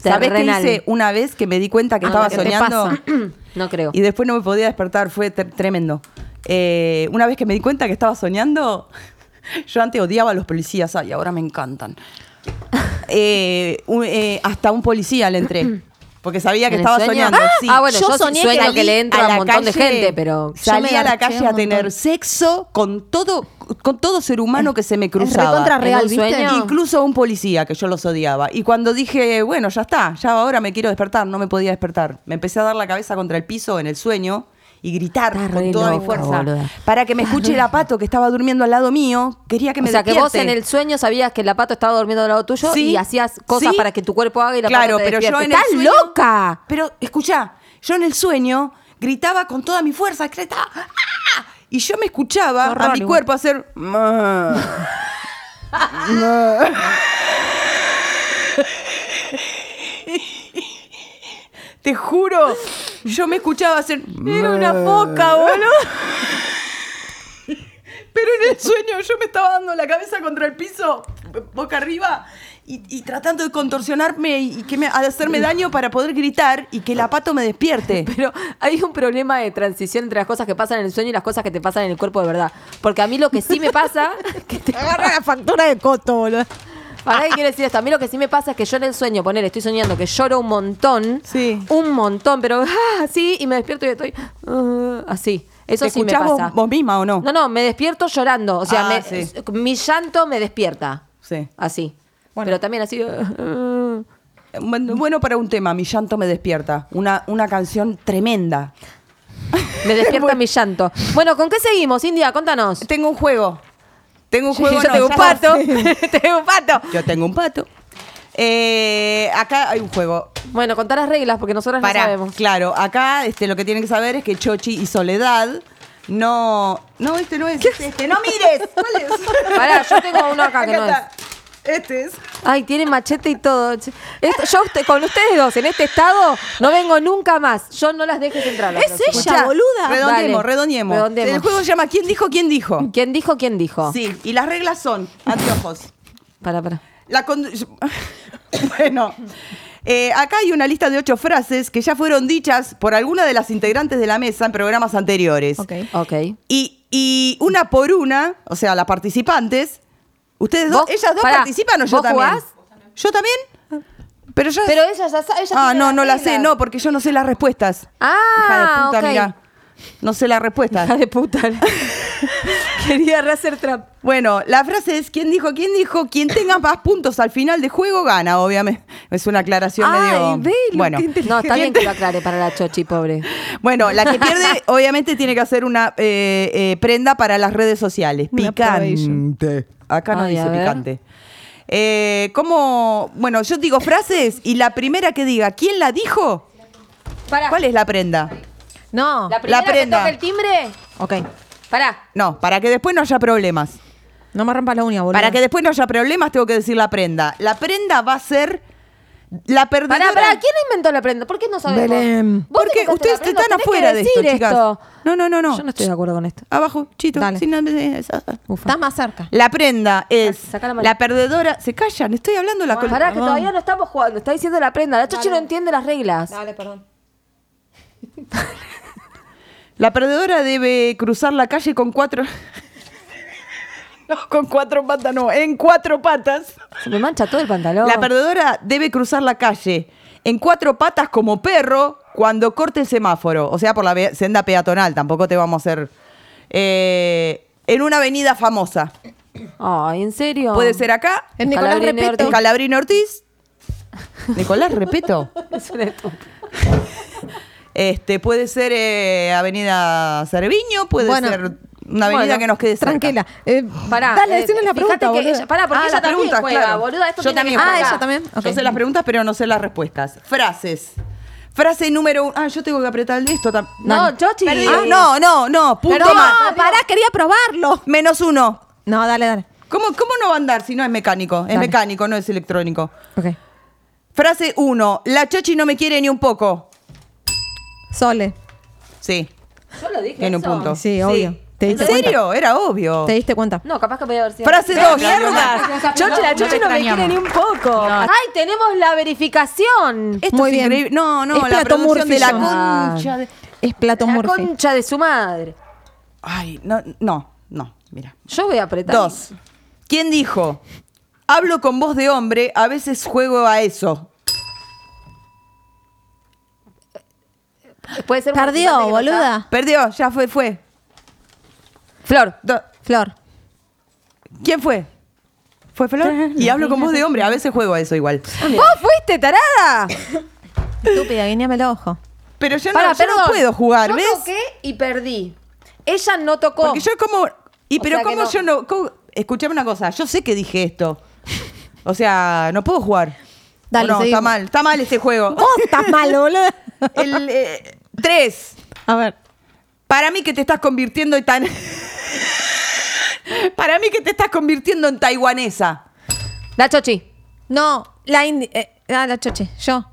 D: ¿Sabés qué
C: terrenal.
D: hice una vez que me di cuenta que
E: Ah,
D: estaba
E: ¿qué te
D: soñando?
E: pasa?
C: no creo.
D: Y después no me podía despertar, fue ter- tremendo. Eh, una vez que me di cuenta que estaba soñando, yo antes odiaba a los policías, ay, ahora me encantan. Eh, un- eh, hasta un policía le entré. Porque sabía que
C: ¿En el
D: estaba
C: sueño?
D: soñando.
C: ¡Ah!
D: sí.
C: Ah, bueno,
E: Yo
C: yo,
E: soñé que
C: sueño que,
E: salí
C: le entra
D: a
C: a un
D: la
C: montón de
D: calle,
C: gente, pero
E: Yo
D: Salí
E: me
D: a la
E: garché
D: calle a
E: un
D: tener
E: montón.
D: sexo con todo, con todo ser humano que se me cruzaba.
E: recontra
C: real,
E: real, ¿viste?
C: ¿viste?
D: Incluso a un policía que yo los odiaba. Y cuando dije, bueno, ya está, ya ahora me quiero despertar, no me podía despertar. Me empecé a dar la cabeza contra el piso en el sueño y gritar
C: Estás
D: con
C: re
D: toda mi
C: loca,
D: fuerza.
C: boluda.
D: Para que me escuche el apato que estaba durmiendo al lado mío. Quería que
C: o
D: me
C: sea, que vos
D: despierte.
C: en el sueño sabías que el pato estaba durmiendo al lado tuyo
D: Sí,
C: y hacías cosas
D: sí.
C: para que tu cuerpo haga y la
D: Claro,
C: pata te
D: pero yo
C: despierte.
D: en el
C: ¡Estás
D: sueño-
C: loca!
D: Pero escuchá, yo en el sueño gritaba con toda mi fuerza, gritaba. "¡Ah!", Y yo me escuchaba
E: Horror,
D: a mi
E: igual.
D: cuerpo hacer. "Ma". Ma. Te juro, yo me escuchaba hacer. Era una foca, boludo. Pero en el sueño yo me estaba dando la cabeza contra el piso, boca arriba, y, y tratando de contorsionarme y, y que me, hacerme daño para poder gritar y que el apato me despierte.
C: Pero hay un problema de transición entre las cosas que pasan en el sueño y las cosas que te pasan en el cuerpo de verdad. Porque a mí lo que sí me pasa, que te
E: Agarra la factura de coto, boludo.
C: ¿Para qué quiero decir esto? A mí lo que sí me pasa es que yo en el sueño, poner, estoy soñando que lloro un montón.
D: Sí.
C: Un montón, pero ah, así, y me despierto y estoy ah, así. Eso
D: ¿Te
C: sí me
D: escuchás vos-
C: pasa.
D: vos misma o no?
C: No, no, me despierto llorando. O sea,
D: Ah,
C: me-
D: sí.
C: mi llanto me despierta.
D: Sí.
C: Así.
D: Bueno.
C: Pero también así. ah,
D: Bueno, bueno para un tema, mi llanto me despierta. Una, una canción tremenda.
C: me despierta mi llanto. Bueno, ¿con qué seguimos, India? Contanos.
D: Tengo un juego. Tengo un juego.
C: yo
D: no,
C: tengo
D: ya
C: un pato.
D: sé.
C: tengo un pato.
D: Yo tengo un pato. Eh, acá hay un juego.
C: Bueno, contá las reglas porque nosotras
D: Pará,
C: no sabemos.
D: Claro, acá este, lo que tienen que saber es que Chochi y Soledad no. No, este no es. Este, no mires. ¿Cuál es?
C: Pará, yo tengo uno acá que no
D: está. Este es.
C: Ay, tiene machete y todo. Esto- yo usted- con ustedes dos en este estado no vengo nunca más. Yo no las dejes entrar. la
E: Es
C: próxima.
E: ella,
C: Escuchá,
E: boluda.
D: Redondiemos,
C: dale.
D: redondiemos.
C: Redondiemos.
D: El juego se llama ¿Quién dijo, quién dijo?
C: ¿Quién dijo, quién dijo?
D: Sí, y las reglas son anteojos.
C: Para, para.
D: La condu- bueno, eh, acá hay una lista de ocho frases que ya fueron dichas por alguna de las integrantes de la mesa en programas anteriores.
E: Ok.
C: Ok.
D: Y, y una por una, o sea, las participantes, ustedes dos,
C: ¿Vos?
D: ellas dos
C: Pará,
D: participan o yo
C: ¿vos
D: también.
C: jugás?
D: ¿Yo también? Pero yo.
C: Pero ella ya sabe.
D: ah, no, no la sé, no, porque yo no sé las respuestas.
C: Ah,
D: Hija de puta,
C: ok.
D: mirá. No sé las respuestas.
C: Hija de puta. Quería rehacer trap.
D: Bueno, la frase es ¿Quién dijo? ¿Quién dijo? Quien tenga más puntos al final de juego gana, obviamente. Es una aclaración medio...
E: Ay, ve lo
D: bueno.
E: que inteligente.
C: No, está bien que lo aclare para la chochi, pobre.
D: bueno, la que pierde obviamente tiene que hacer una eh, eh, prenda para las redes sociales.
E: Una probation.
D: Picante. Acá no
C: Ay, a
D: dice
C: ver.
D: picante. Eh, ¿Cómo? Bueno, yo digo frases y la primera que diga ¿Quién la dijo?
C: Pará.
D: ¿Cuál es la prenda?
E: No. Ah,
C: La primera que
D: prenda.
C: toca el timbre.
E: Ok.
C: Pará.
D: No, para que después no haya problemas.
E: No me rompa la uña, boludo.
D: Para que después no haya problemas tengo que decir la prenda. La prenda va a ser... La perdedora...
C: Pará, pará. ¿Quién inventó la prenda? ¿Por qué no sabemos?
E: Belén.
C: Vos
D: Porque
C: inventaste
D: ustedes
C: la prenda, tenés
D: están
C: que
D: afuera de esto,
C: decir
D: chicas. No, no, no, no.
C: Yo no estoy de acuerdo con esto.
D: Abajo, chito.
E: Dale.
D: sin-
C: Ufa.
E: Está más cerca.
D: La prenda es
C: Sacá la
D: la,
C: mano.
D: perdedora. Se callan, estoy hablando la col-
C: Pará, que todavía no estamos jugando. Está diciendo la prenda. La Chochi no entiende las reglas.
E: Dale, perdón.
D: La perdedora debe cruzar la calle con cuatro. No, con cuatro patas no, en cuatro patas.
C: Se me mancha todo el pantalón.
D: La perdedora debe cruzar la calle en cuatro patas como perro cuando corte el semáforo. O sea, por la ve- senda peatonal, tampoco te vamos a hacer. eh, en una avenida famosa.
C: Ay, ¿en serio?
D: Puede ser acá,
E: En Nicolás
C: Calabrini
E: Repeto.
D: en
C: Ortiz.
D: Calabrín Ortiz. Nicolás, repeto.
C: Es una estúpida.
D: Este, puede ser eh, Avenida Cerviño, puede
E: Bueno,
D: ser una avenida
E: bueno,
D: que nos quede cerca.
E: Tranquila. Eh,
C: Pará,
E: Dale,
C: eh,
E: decime
C: fíjate
E: la
C: que
E: pregunta. boluda.
C: ella- pará, porque
D: Ah,
C: ella
D: las
C: también
D: preguntas,
C: juega,
D: claro.
C: boluda, esto
D: Yo
C: tiene
D: también
C: que
D: juego.
E: Ah,
C: jugar.
E: ella también. ok.
D: Yo sé las preguntas, pero no sé las respuestas. Frases. Frase número uno. Ah, yo tengo que apretar el de esto también.
C: No, Chochi.
D: Ah, no, no, no. Punto
E: Pero no,
D: más.
E: pará, quería probarlo.
D: Menos uno.
E: No, dale, dale.
D: ¿Cómo, ¿Cómo no va a andar si no es mecánico? Es
E: Dale.
D: mecánico, no es electrónico.
E: Ok.
D: Frase uno. La Chochi no me quiere ni un poco.
E: Sole.
D: Sí,
C: Yo lo dije.
D: tiene un
C: eso.
D: punto.
E: Sí, obvio. ¿Te
D: ¿En
E: diste
D: serio? Era obvio.
E: ¿Te diste cuenta?
C: No, capaz que podía haber sido.
D: Frase
C: Pero
D: dos.
C: mierda. Chochi, la Chochi no me quiere ni un poco. Ay, tenemos la verificación.
D: Esto
E: Muy
D: es
E: bien.
D: increíble. No, no,
E: Es
D: la
E: Plato
D: producción de la
E: Murphy,
C: yo.
E: Ah.
D: concha de-
E: Es Plato
C: La
E: Murphy.
C: concha de su madre.
D: Ay, no, no, no, mira.
C: Yo voy a apretar.
D: Dos. ¿Quién dijo? Hablo con voz de hombre, a veces juego a eso.
C: Puede ser un
E: Perdió,
C: participante que no está.
E: boluda.
D: Perdió, ya fue, fue.
C: Flor.
D: Do-
E: Flor.
D: ¿Quién fue? ¿Fue Flor? Y hablo con voz de hombre, a veces juego a eso igual.
C: ¡Vos fuiste, tarada!
E: Estúpida, guiñame el ojo.
D: Pero yo,
C: Pará,
D: no, yo no
C: perdón.
D: puedo jugar,
C: yo
D: ¿ves?
C: toqué y perdí. Ella no tocó.
D: Porque yo como... Y
C: O
D: pero
C: sea que
D: cómo
C: no.
D: yo no... cómo- Escuchame una cosa, yo sé que dije esto. O sea, no puedo jugar.
E: Dale,
D: no, está
E: seguimos.
D: mal, está mal este juego.
E: ¡Oh, estás mal, boludo!
D: El, eh, tres.
E: A ver.
D: Para mí que te estás convirtiendo en tan. Para mí que te estás convirtiendo en taiwanesa.
C: La Chochi.
E: No, la indi... eh, ah, la choche. Yo.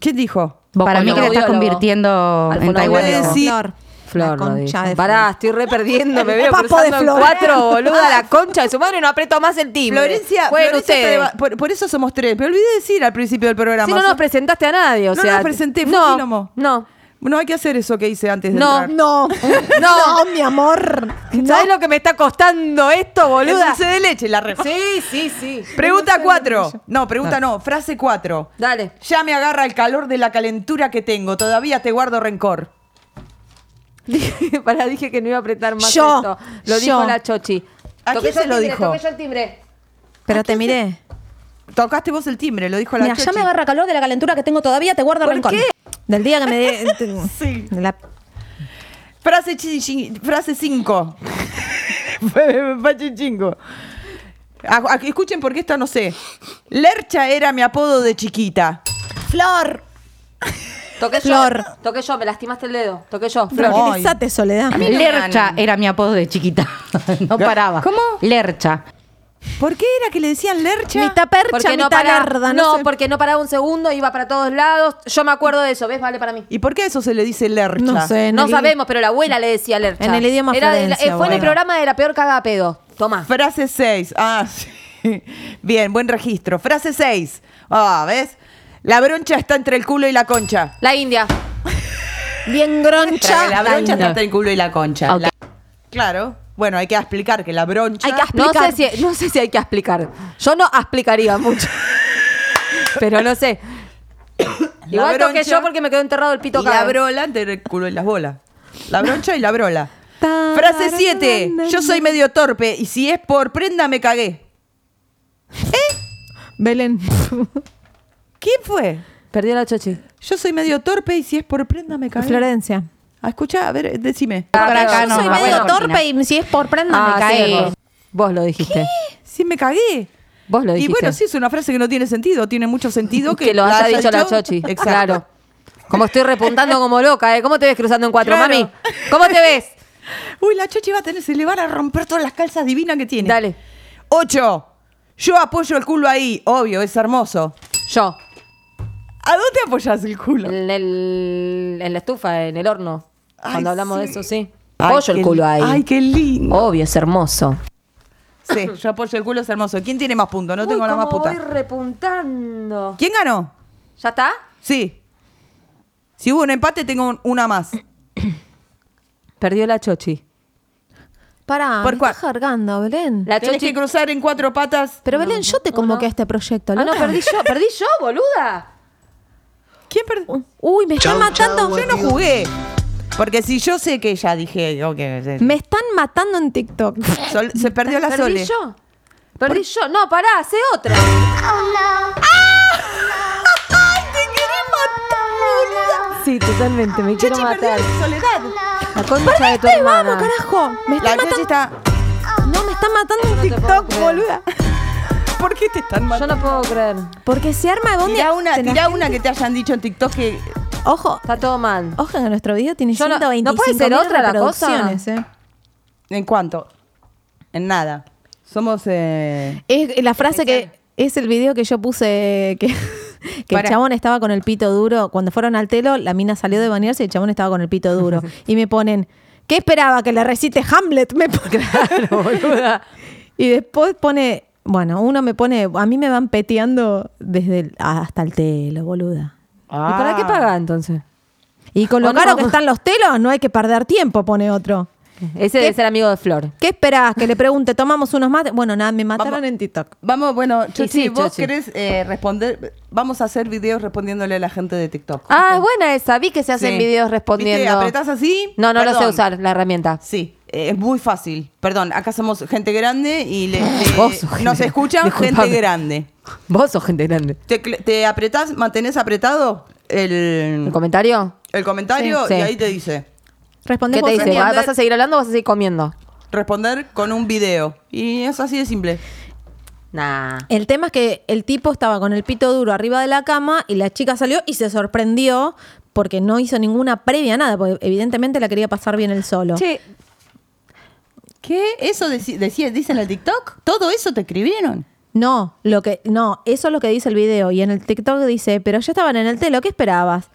D: ¿Quién dijo?
C: Para mí que te estás
J: convirtiendo
C: en
D: taiwanés. Sí.
E: Flor.
C: Flor,
E: La
C: lo
E: concha
C: dijo.
E: de
C: Pará,
E: Flor.
C: estoy re perdiendo. Me veo
E: Papo de
C: cruzando en
E: Flor.
C: cuatro, boluda, la concha de su madre. No aprieto más el timbre.
D: Florencia,
C: Jueguen
D: Florencia está
C: ustedes.
D: deba- por, por eso somos tres. Me olvidé decir al principio del programa.
C: Si no nos presentaste a nadie, o
D: No
C: sea.
D: nos presenté, fue un
C: No,
D: quilombo.
C: no.
D: No hay que hacer eso que hice antes de
C: No,
D: entrar.
E: No. no, mi amor.
C: ¿Sabes lo que me está costando esto,
D: El
C: boluda?
D: dulce de leche, la re...
C: Sí, sí, sí.
D: Pregunta cuatro. No, pregunta no. Frase cuatro.
C: Dale.
D: Ya me agarra el calor de la calentura que tengo. Todavía te guardo rencor.
C: Dije- Pará, dije que no iba a apretar más
E: Yo,
C: esto. Lo dijo
E: yo.
C: la Chochi.
D: ¿A
C: Toqué
D: quién
C: yo
D: se
C: el
D: lo
C: timbre,
D: dijo?
C: Toqué yo el timbre.
E: Pero te miré.
D: Tocaste vos el timbre, lo dijo la
E: Mira, ya
D: Chochi.
E: me agarra calor de la calentura que tengo todavía, te guardo rencor.
D: qué?
E: Del día que me dé.
D: Sí.
E: La-
D: Frase, chi- chi- frase 5. Pachichingo. A- a- Escuchen porque esta no sé. Lercha era mi apodo de chiquita.
E: Flor.
C: Toqué
E: Flor.
C: yo. Toqué yo, me lastimaste el dedo. Toqué yo. Flor.
E: Tranquilízate, Soledad.
J: Lercha era mi apodo de chiquita. No paraba.
D: ¿Cómo?
J: Lercha.
D: ¿Por qué era que le decían Lercha?
E: Mitad percha,
C: Porque no
E: mitad
C: paraba.
E: lerda.
C: no,
E: sé.
C: porque no paraba un segundo, iba para todos lados. Yo me acuerdo de eso, ¿ves? Vale para mí.
D: ¿Y por qué a eso se le dice Lercha?
E: No sé. en
C: No
E: el-
C: sabemos, pero la abuela le decía Lercha.
E: En el idioma
C: Era de la- eh,
E: Florencia,
C: Fue en el
E: boludo.
C: programa de la peor cagada a pedo. Toma.
D: Frase 6. Ah, sí. Bien, buen registro. Frase 6. Ah, ¿ves? La broncha está entre el culo y la concha.
C: La India.
E: Bien groncha.
D: La
E: Ay,
D: broncha
E: no.
D: está entre el culo y la concha.
J: Ok.
D: La- Claro. Bueno, hay que explicar que la broncha.
E: Hay que
C: No
E: Explicar.
C: sé, si, no sé si hay que explicar. Yo no explicaría mucho. pero no sé.
D: La
C: Igual toqué
D: broncha-
C: yo porque me quedó enterrado el pito
D: Y la
C: acá.
D: brola entre el culo y las bolas. La broncha y la brola. Frase 7. Yo soy medio torpe y si es por prenda me cagué.
E: Belén.
D: ¿Quién fue?
C: Perdí a la chochi.
D: Yo soy medio torpe y si es por prenda me cagué.
E: Florencia.
D: Ah, escucha, a ver, decime.
J: Para acá
E: Yo
J: no,
E: soy
J: no,
E: medio
J: bueno,
E: torpe y si es por prenda me
C: Ah, sí,
E: cae.
C: vos. Vos lo dijiste.
D: Si me cagué.
C: Vos lo
D: Y
C: dijiste.
D: bueno, sí, es una frase que no tiene sentido. Tiene mucho sentido que,
C: que lo
D: la
C: haya
D: haya
C: dicho la
D: hecho-
C: Chochi.
D: Exacto.
C: Claro. Como estoy repuntando como loca, ¿eh? ¿Cómo te ves cruzando en cuatro,
D: Claro.
C: mami? ¿Cómo te ves?
D: Uy, la Chochi va a tener, se le van a romper todas las calzas divinas que tiene.
C: Dale.
D: 8. Yo apoyo el culo ahí. Obvio, es hermoso.
C: Yo.
D: ¿A dónde apoyas el culo?
C: En, el- en la estufa, en el horno.
D: Ay,
C: Cuando hablamos
D: sí.
C: de eso, sí.
D: Ay,
C: Apoyo
D: qué
C: el culo
D: li-
C: ahí. Oh.
D: Ay, qué lindo.
C: Obvio, es hermoso.
D: Sí, yo apoyo el culo, es hermoso. ¿Quién tiene más puntos? No tengo la más puta.
C: repuntando.
D: ¿Quién ganó?
C: ¿Ya está?
D: Sí. Si hubo un empate, tengo un- una más.
C: Perdió la chochi.
E: Pará,
D: ¿Por
E: me
D: cuál?
E: estás cargando, Belén.
C: La
D: Tenés
C: chochi.
D: que cruzar en cuatro patas.
E: Pero Belén, yo te convoqué a este proyecto,
C: Ah, no,
E: loca.
C: perdí yo, perdí yo, boluda.
D: ¿Quién perdió?
E: Uy, me están matando.
D: Yo no jugué. Porque si yo sé que ya dije. ok, eh,
E: Me están matando en TikTok.
D: Sol- se perdió la
C: perdí
D: Sole.
C: yo. Perdí yo. No, pará, hace otra. Sí, totalmente, me quiero
D: Chochi perdió
C: matar.
D: la soledad.
C: La concha de tu
E: Perdiste,
C: hermana.
E: vamos, carajo. Me
D: La
E: están
D: Chochi
E: matando.
D: está.
E: No, me están matando en
C: te puedo
E: TikTok,
C: creer.
E: boluda.
D: ¿Por qué te están
C: Yo
D: matando?
C: no puedo creer.
E: Porque se arma de dónde.
D: Tirá una,
E: se nos-
D: tirá una que te hayan dicho en TikTok que.
E: Ojo,
C: Está todo mal.
E: ojo que nuestro video tiene
C: Yo no-
E: 125
C: ¿no puede ser
E: mil
C: otra la cosa?
E: reproducciones, eh.
D: ¿En cuánto? En nada. Somos. eh,
E: Es la frase que es el video que yo puse que, que el
D: Pará.
E: chabón estaba con el pito duro. Cuando fueron al telo, la mina salió de bañarse y el chabón estaba con el pito duro. y me ponen, ¿qué esperaba? Que le recite Hamlet. Me ponen. y después pone, bueno, uno me pone, a mí me van peteando desde el- hasta el telo, boluda.
C: ¿Y para
D: Ah.
C: qué paga entonces?
E: Y con lo
C: ¿O no?
E: caro que están los telos, no hay que perder tiempo, pone otro.
C: Ese debe ser amigo de Flor.
E: ¿Qué esperabas? Que le pregunte, ¿tomamos unos mates? Bueno, nada, me mataron
D: Vamos.
E: en TikTok.
D: Vamos, bueno, Chochi,
C: sí,
D: vos
C: Chochi.
D: querés eh, responder. Vamos a hacer videos respondiéndole a la gente de TikTok.
C: Ah, es buena esa. Vi que se hacen
D: Sí.
C: videos respondiendo.
D: ¿Viste? Apretás así.
C: No, no lo sé
D: Perdón.
C: usar, la herramienta.
D: Sí, eh, es muy fácil. Perdón, acá somos gente grande y le, le-
C: Vos sos gente-
D: nos escuchan
C: Disculpame.
D: gente grande.
C: Vos sos gente grande.
D: Te, cl- te apretás, mantenés apretado el,
C: ¿Un comentario?
D: el comentario
C: Sí, sí.
D: y ahí te dice
E: Responde
C: ¿Qué te
E: vos,
C: dice?
E: Daniel.
C: ¿Va- ¿Vas a seguir hablando o vas a seguir comiendo?
D: responder con un video. Y es así de simple.
C: Nah.
E: El tema es que el tipo estaba con el pito duro arriba de la cama y la chica salió y se sorprendió porque no hizo ninguna previa nada, porque evidentemente la quería pasar bien él solo.
C: Che,
D: ¿Qué? ¿Eso deci- decía, dicen en el TikTok? ¿Todo eso te escribieron?
E: No, lo que no, eso es lo que dice el video y en el TikTok dice, "Pero ya estaban en el telo, ¿qué esperabas?"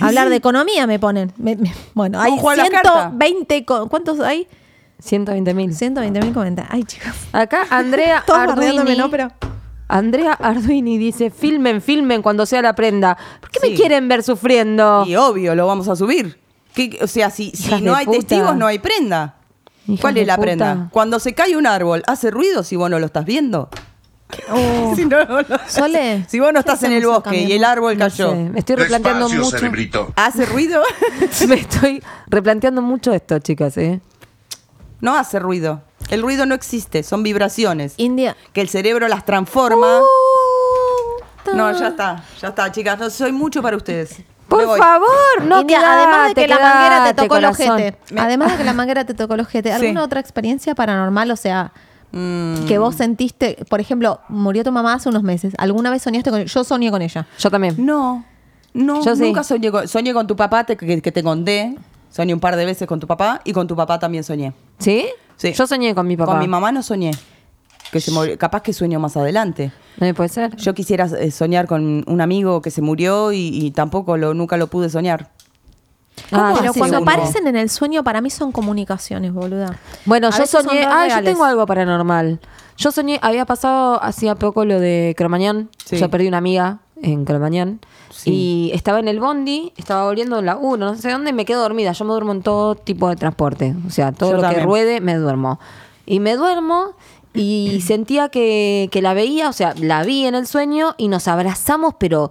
E: Hablar de economía me ponen. Me- me- bueno, hay
D: Vamos a jugar a la carta.
E: 120 co- ¿cuántos hay?
C: 120 mil.
E: 120 mil comentarios. Ay, chicos.
C: Acá Andrea
E: Todos bardeándome,
C: Arduini.
E: ¿no? Pero-
C: Andrea Arduini dice, filmen, filmen cuando sea la prenda. ¿Por qué me
D: Sí.
C: quieren ver sufriendo?
D: Y obvio, lo vamos a subir. ¿Qué- o sea, si, si
C: Hijas
D: no
C: de
D: hay
C: puta.
D: testigos, no hay prenda.
C: Hijas
D: ¿Cuál
C: de
D: es la
C: puta.
D: prenda? Cuando se cae un árbol, ¿hace ruido si vos no lo estás viendo? si, no, no lo-
E: Oh. Sole,
D: si vos no
E: ¿qué
D: estás en el
E: hacemos
D: bosque
E: acá, mi
D: y el
E: amor?
D: árbol cayó,
C: Sí, me estoy replanteando mucho.
D: ¿hace ruido?
C: Me estoy replanteando mucho esto, chicas, ¿eh?
D: no hace ruido. El ruido no existe, son vibraciones.
E: India.
D: que el cerebro las transforma. no, ya está, ya está, chicas. No, soy mucho para ustedes. Me
C: Por
D: voy.
C: favor, no
E: India,
C: quedate,
E: además de que la manguera te
C: quedate,
E: tocó el
C: corazón.
E: ojete. Además de que la manguera te tocó el ojete. ¿Alguna
D: Sí.
E: otra experiencia paranormal? O sea,
C: Mm.
E: que vos sentiste, por ejemplo, murió tu mamá hace unos meses. ¿Alguna vez soñaste con Yo soñé con ella.
C: Yo también.
D: No, no,
C: Yo sí.
D: nunca soñé con, soñé con tu papá, te- que, que te conté. Soñé un par de veces con tu papá y con tu papá también soñé.
C: ¿Sí?
D: Sí.
C: Yo soñé con mi papá.
D: Con mi mamá no soñé. Que se murió- Capaz que sueño más adelante.
C: ¿No me puede ser?
D: Yo quisiera eh, soñar con un amigo que se murió y, y tampoco lo, nunca lo pude soñar.
C: Ah,
E: Pero
C: sí,
E: cuando
C: uno.
E: aparecen en el sueño, para mí son comunicaciones, boluda.
C: Bueno,
E: A
C: yo
E: veces son
C: soñé.
E: re
C: Ah, yo
E: reales.
C: tengo algo paranormal. Yo soñé, había pasado hacía poco lo de Cromañón.
D: Sí.
C: Yo perdí una amiga en Cromañón.
D: Sí.
C: Y estaba en el bondi, estaba volviendo en la 1, no sé dónde, y me quedo dormida. Yo me duermo en todo tipo de transporte. O sea, todo
D: Yo
C: lo que
D: también.
C: ruede, me duermo. Y me duermo y sentía que, que la veía, o sea, la vi en el sueño y nos abrazamos, pero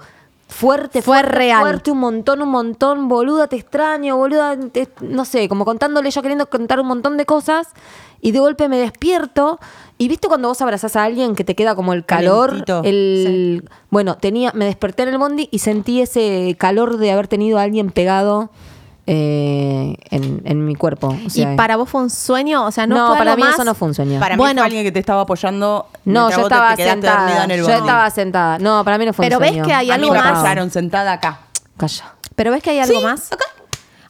C: fuerte,
E: Fue
C: fuerte,
E: real.
C: fuerte, un montón, un montón, boluda, te extraño, boluda, te- no sé, como contándole, yo queriendo contar un montón de cosas, y de golpe me despierto, y viste cuando vos abrazás a alguien que te queda como el calor,
D: Calentito.
C: el... Bueno, tenía, me desperté en el bondi y sentí ese calor de haber tenido a alguien pegado eh, en, en mi cuerpo. o sea,
E: y para vos fue un sueño, o sea, no,
C: No,
E: fue
C: para
E: algo
C: mí
E: más-
C: eso no fue un sueño.
D: Para mí
E: Bueno.
D: fue alguien que te estaba apoyando.
C: No,
D: mientras
C: yo
D: vos te-
C: estaba
D: te quedaste dormida
C: sentada.
D: en el
C: Yo
D: bondi.
C: estaba sentada. No, para mí no fue
E: Pero
C: un
E: ves
C: sueño.
E: que hay
D: A mí
E: algo
D: me
E: más.
D: apoyaron sentada acá.
C: Calla.
E: Pero ves que hay algo más.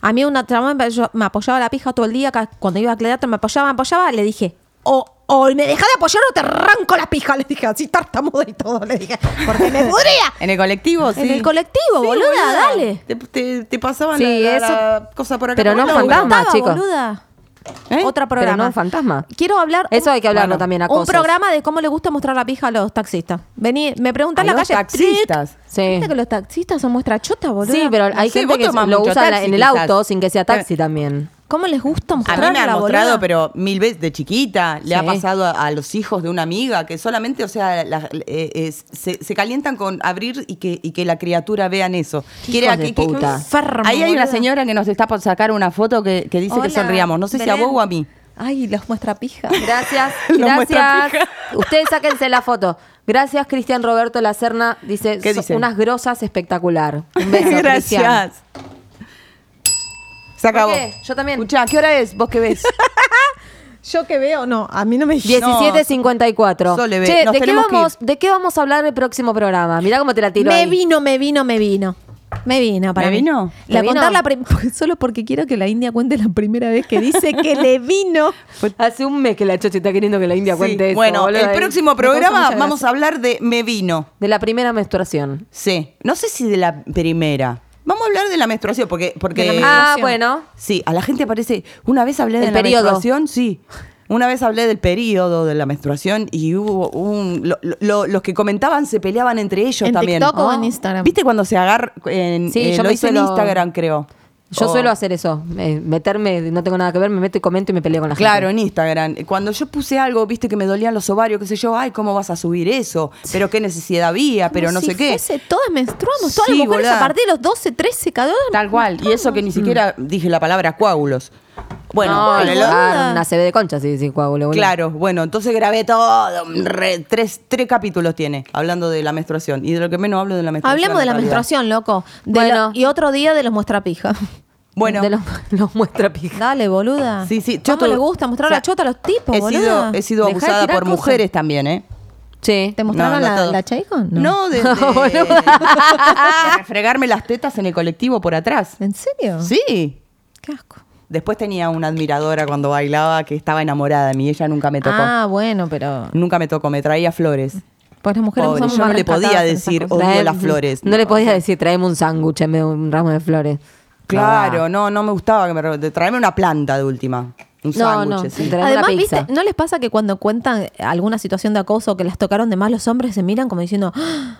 E: A mí una trama, yo me apoyaba la pija todo el día, ca- cuando iba a teatro me apoyaba, me apoyaba, le dije, o, o me deja de apoyar o te arranco la pija, le dije, así tartamuda y todo, le dije, porque me pudría.
D: En el colectivo, sí.
E: En el colectivo, boluda, dale.
D: Te, te- te pasaban
C: Sí,
D: la, la-
C: eso-
D: la cosa por acá.
C: pero
D: por
C: no
D: el
C: fantasma.
D: laburo.
E: Estaba,
C: chicos.
E: boluda.
D: ¿Eh?
E: Otra
C: Pero
E: programa.
C: no un fantasma.
E: Quiero hablar.
C: Eso hay que hablarlo también,
E: Un
C: acosos.
E: programa de cómo le gusta mostrar la pija a los taxistas. Vení, me preguntás
D: A
E: la
D: los
E: calle.
D: taxistas.
E: ¡tric!
C: Sí.
E: Viste que los taxistas son muestra chota, boludo.
C: Sí, pero hay
D: Sí,
C: gente
D: vos
C: que
D: tomás
C: lo
D: mucho
C: usa
D: taxi,
C: en el
D: quizás.
C: auto sin que sea taxi también.
E: ¿Cómo les gusta
D: A
E: mostrar
D: mí me han mostrado, pero mil veces de chiquita. Le ha
C: Sí.
D: pasado a, a los hijos de una amiga que solamente, o sea, la- eh, eh, se, se calientan con abrir y que, y que la criatura vean eso.
C: hijos
D: a-
C: de puta.
E: Enfermo,
D: Ahí hay una
E: boludo.
D: señora que nos está por sacar una foto que, que dice que sonriamos. No sé si a vos o a mí.
E: Ay, los muestra pija.
C: Gracias,
D: Lo muestra
C: gracias.
D: pija.
C: Ustedes sáquense la foto. Gracias, Cristian Roberto Lacerna. Dice,
D: ¿Qué
C: "So-
D: dice?
C: unas grosas espectacular. Un beso, Cristian.
D: Gracias. Se acabó.
C: ¿Por qué? Yo también.
D: Escuchá, ¿qué hora es? ¿Vos qué ves?
E: Yo que veo, no, a mí no me
C: 17.54.
D: Sole, ve,
C: Che,
D: nos
C: ¿de qué,
D: tenemos que
C: vamos, ¿de qué vamos a hablar el próximo programa? Mirá cómo te la tiro
E: Me
C: ahí.
E: vino, me vino, me vino. Me vino para
D: ¿Me
E: mí.
D: vino?
E: La
C: ¿Te vino?
E: contar la prim- solo porque quiero que la India cuente la primera vez que dice que le vino.
C: Hace un mes que la Chochi está queriendo que la India
D: Sí.
C: cuente eso.
D: Bueno,
C: boludo,
D: el
C: ahí.
D: próximo
E: causa mucha
D: programa
E: gracia.
D: vamos a hablar de Me Vino.
C: De la primera menstruación.
D: Sí. No sé si de la primera. Vamos a hablar de la menstruación, porque. porque
E: De
C: Ah,
E: la menstruación.
C: bueno.
D: Sí, a la gente parece. Una vez hablé de
C: El
D: la
C: periodo.
D: menstruación, sí. Una vez hablé del periodo de la menstruación y hubo un. lo- lo- los que comentaban se peleaban entre ellos
E: ¿En
D: también. Ah.
E: TikTok o en Instagram?
D: ¿Viste cuando se agarra?
C: Sí, yo
D: lo
C: me
D: hice en
C: suelo-
D: Instagram, creo.
C: Yo
D: O-
C: suelo hacer eso, eh, meterme, no tengo nada que ver, me meto y comento y me peleo con la
D: Claro,
C: gente.
D: en Instagram. Cuando yo puse algo, viste que me dolían los ovarios, qué sé yo, ay, ¿cómo vas a subir eso? Pero qué necesidad había, pero no
E: Como
D: sé
E: si
D: qué.
E: fuese- todas menstruamos, todas
D: Sí,
E: las mujeres
D: boluda.
E: a partir de los 12, 13, cada una
D: Tal cual. Y eso que ni siquiera dije la palabra coágulos. Bueno,
C: No,
D: el-
C: le dan una CB de concha, sí, sí, coágulo. boludo.
D: claro, bueno, entonces grabé todo. re- tres, tres capítulos tiene, hablando de la menstruación. Y de lo que menos hablo de la menstruación.
E: Hablemos de
D: en
E: la
D: realidad.
E: menstruación, loco. De
C: Bueno.
E: lo- y otro día de los muestrapijas.
D: Bueno,
C: De los, los muestra pija.
E: Dale, boluda.
D: sí, sí.
E: ¿Cómo
D: tu-
E: le gusta mostrar
D: o sea,
E: la chota a los tipos,
D: he
E: boluda?
D: Sido, he sido
C: Dejá de
D: abusada
C: tirar
D: por
C: cosas.
D: mujeres también, ¿eh?
C: Sí.
E: ¿Te mostraron
D: No, no
E: la,
D: todo.
E: la Chaikon?
D: No, de, de- de fregarme las tetas en el colectivo por atrás.
E: ¿En serio?
D: Sí.
E: Qué asco.
D: Después tenía una admiradora cuando bailaba que estaba enamorada de mí. Ella nunca me tocó.
E: Ah, bueno, pero.
D: Nunca me tocó, me traía flores.
E: Pues las mujeres
D: Pobre,
E: somos
D: yo
E: más
D: no le
E: rescatadas
D: podía
E: en esas
D: decir,
E: cosas.
D: odio
C: Traem-
D: las flores.
C: No,
D: No,
C: le podías
D: o sea-
C: decir, traeme un sándwich en vez de un ramo de flores.
D: Claro, no, no me gustaba que me re- de traerme una planta de última.
C: No,
D: Un sándwich.
C: no,
D: sí.
C: traeme una
E: Además,
C: pizza.
E: ¿viste? ¿No les pasa que cuando cuentan alguna situación de acoso que las tocaron de más, los hombres se miran como diciendo. "Ah",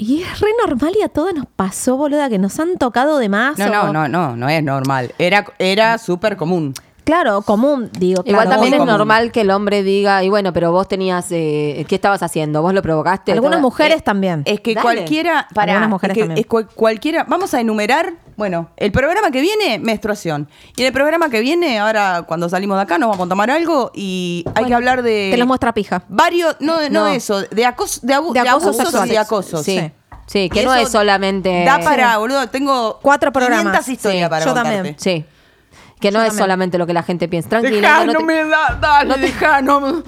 E: Y es re normal y a todos nos pasó, boluda, que nos han tocado de más.
D: No,
E: o-
D: no, no, no, no es normal. Era, era súper común.
E: Claro, común, digo.
C: Igual
E: claro,
C: también
D: muy
C: es
E: común.
D: común.
C: normal que el hombre diga, y bueno, pero vos tenías, eh, ¿qué estabas haciendo? ¿Vos lo provocaste?
E: Algunas
C: Estaba-
E: mujeres también.
D: eh, Es que
C: Dale.
D: cualquiera, para
E: Algunas mujeres también.
D: cualquiera, vamos a enumerar, bueno, el programa que viene, menstruación. Y en el programa que viene, ahora cuando salimos de acá, nos vamos a tomar algo y hay que
E: Bueno,
D: hablar de.
E: te los muestra pija.
D: Varios, no, no,
E: No.
D: eso, de acoso, de, abu-
E: De
D: de
E: acoso
D: abusos
E: sexual.
D: y de acosos.
C: Sí,
E: Sí.
C: sí, que
D: Y
C: no
D: eso
C: es solamente...
D: Da para, boludo, tengo
E: Cuatro programas.
D: 500 historias
E: Sí,
D: para
E: yo
D: contarte.
E: también.
C: Sí. Que no
E: Yo
C: es
E: también.
C: solamente lo que la gente piensa. Tranquila.
D: Dejá,
C: que no
D: no
C: te-
D: me da, dale, dejá, no me-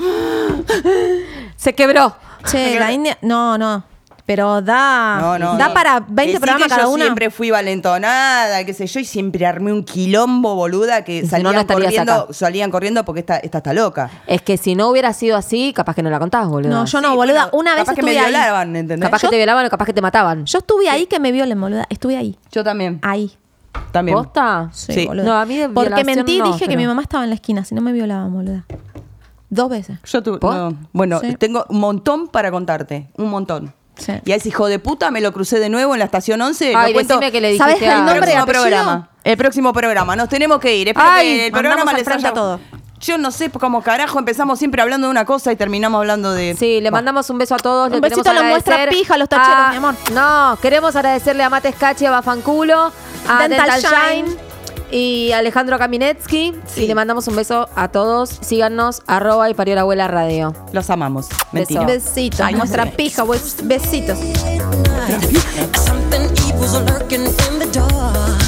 C: Se quebró.
E: Che, la India. No, no. Pero
C: Ah,
E: da.
D: No, no,
E: da
D: no.
E: para 20
D: Decí
E: programas
D: que
E: cada
D: yo
E: una.
D: siempre fui valentonada, qué sé yo, y siempre armé un quilombo, boluda, que
C: si no,
D: salían,
C: no estarías
D: corriendo,
C: acá.
D: salían corriendo porque esta, esta está loca.
C: Es que si no hubiera sido así, capaz que no la contás, boludo.
E: No, yo no,
D: Sí,
E: boluda.
D: bueno,
E: una vez
D: capaz que
E: estuve
D: me
E: ahí.
D: violaban, ¿entendés?
C: Capaz
E: Yo-
C: que te violaban o capaz que te mataban.
E: Yo estuve ahí que me violen, boluda. Estuve ahí.
D: Yo también.
E: Ahí.
D: También.
C: Ah, ¿Posta?
E: Sí,
D: Sí.
E: boluda.
C: No, a mí de
E: Porque
C: violación
E: mentí y
C: no,
E: dije que
C: pero-
E: mi mamá estaba en la esquina, si no me violaban, boluda. Dos veces.
D: Yo tu-
C: ¿Posta?
D: no. Bueno,
E: Sí.
D: tengo un montón para contarte. Un montón.
E: Sí.
D: Y a ese hijo de puta me lo crucé de nuevo en la estación 11.
C: Eh. Ay,
D: lo cuento-
C: decime que le
E: ¿Sabés
C: dijiste
E: el
C: a-
E: nombre y
D: próximo
E: apellido?
D: programa. El próximo programa. Nos tenemos que ir. Espero
E: Ay,
D: que el
E: mandamos
D: programa
E: a
D: les
E: Fran ya
D: haya...
E: todo.
D: Yo no sé cómo carajo empezamos siempre hablando de una cosa y terminamos hablando de...
C: Sí, le mandamos un beso a todos.
E: Ah. Un
C: le
E: besito
C: queremos
E: a los muestra
C: agradecer
E: pija, a los tacheros,
C: a-
E: mi amor.
C: No, queremos agradecerle a Mates Cachi, a Bafanculo, a Dental,
E: Dental
C: Shine.
E: Shine.
C: y Alejandro Kaminetsky.
D: Sí.
C: Y le mandamos un beso a todos. Síganos, arroba y parió la abuela radio.
D: Los amamos. Mentira.
C: Beso.
E: Besitos. Muestra pija, bes- besitos.
K: Something evil's lurking in the dark.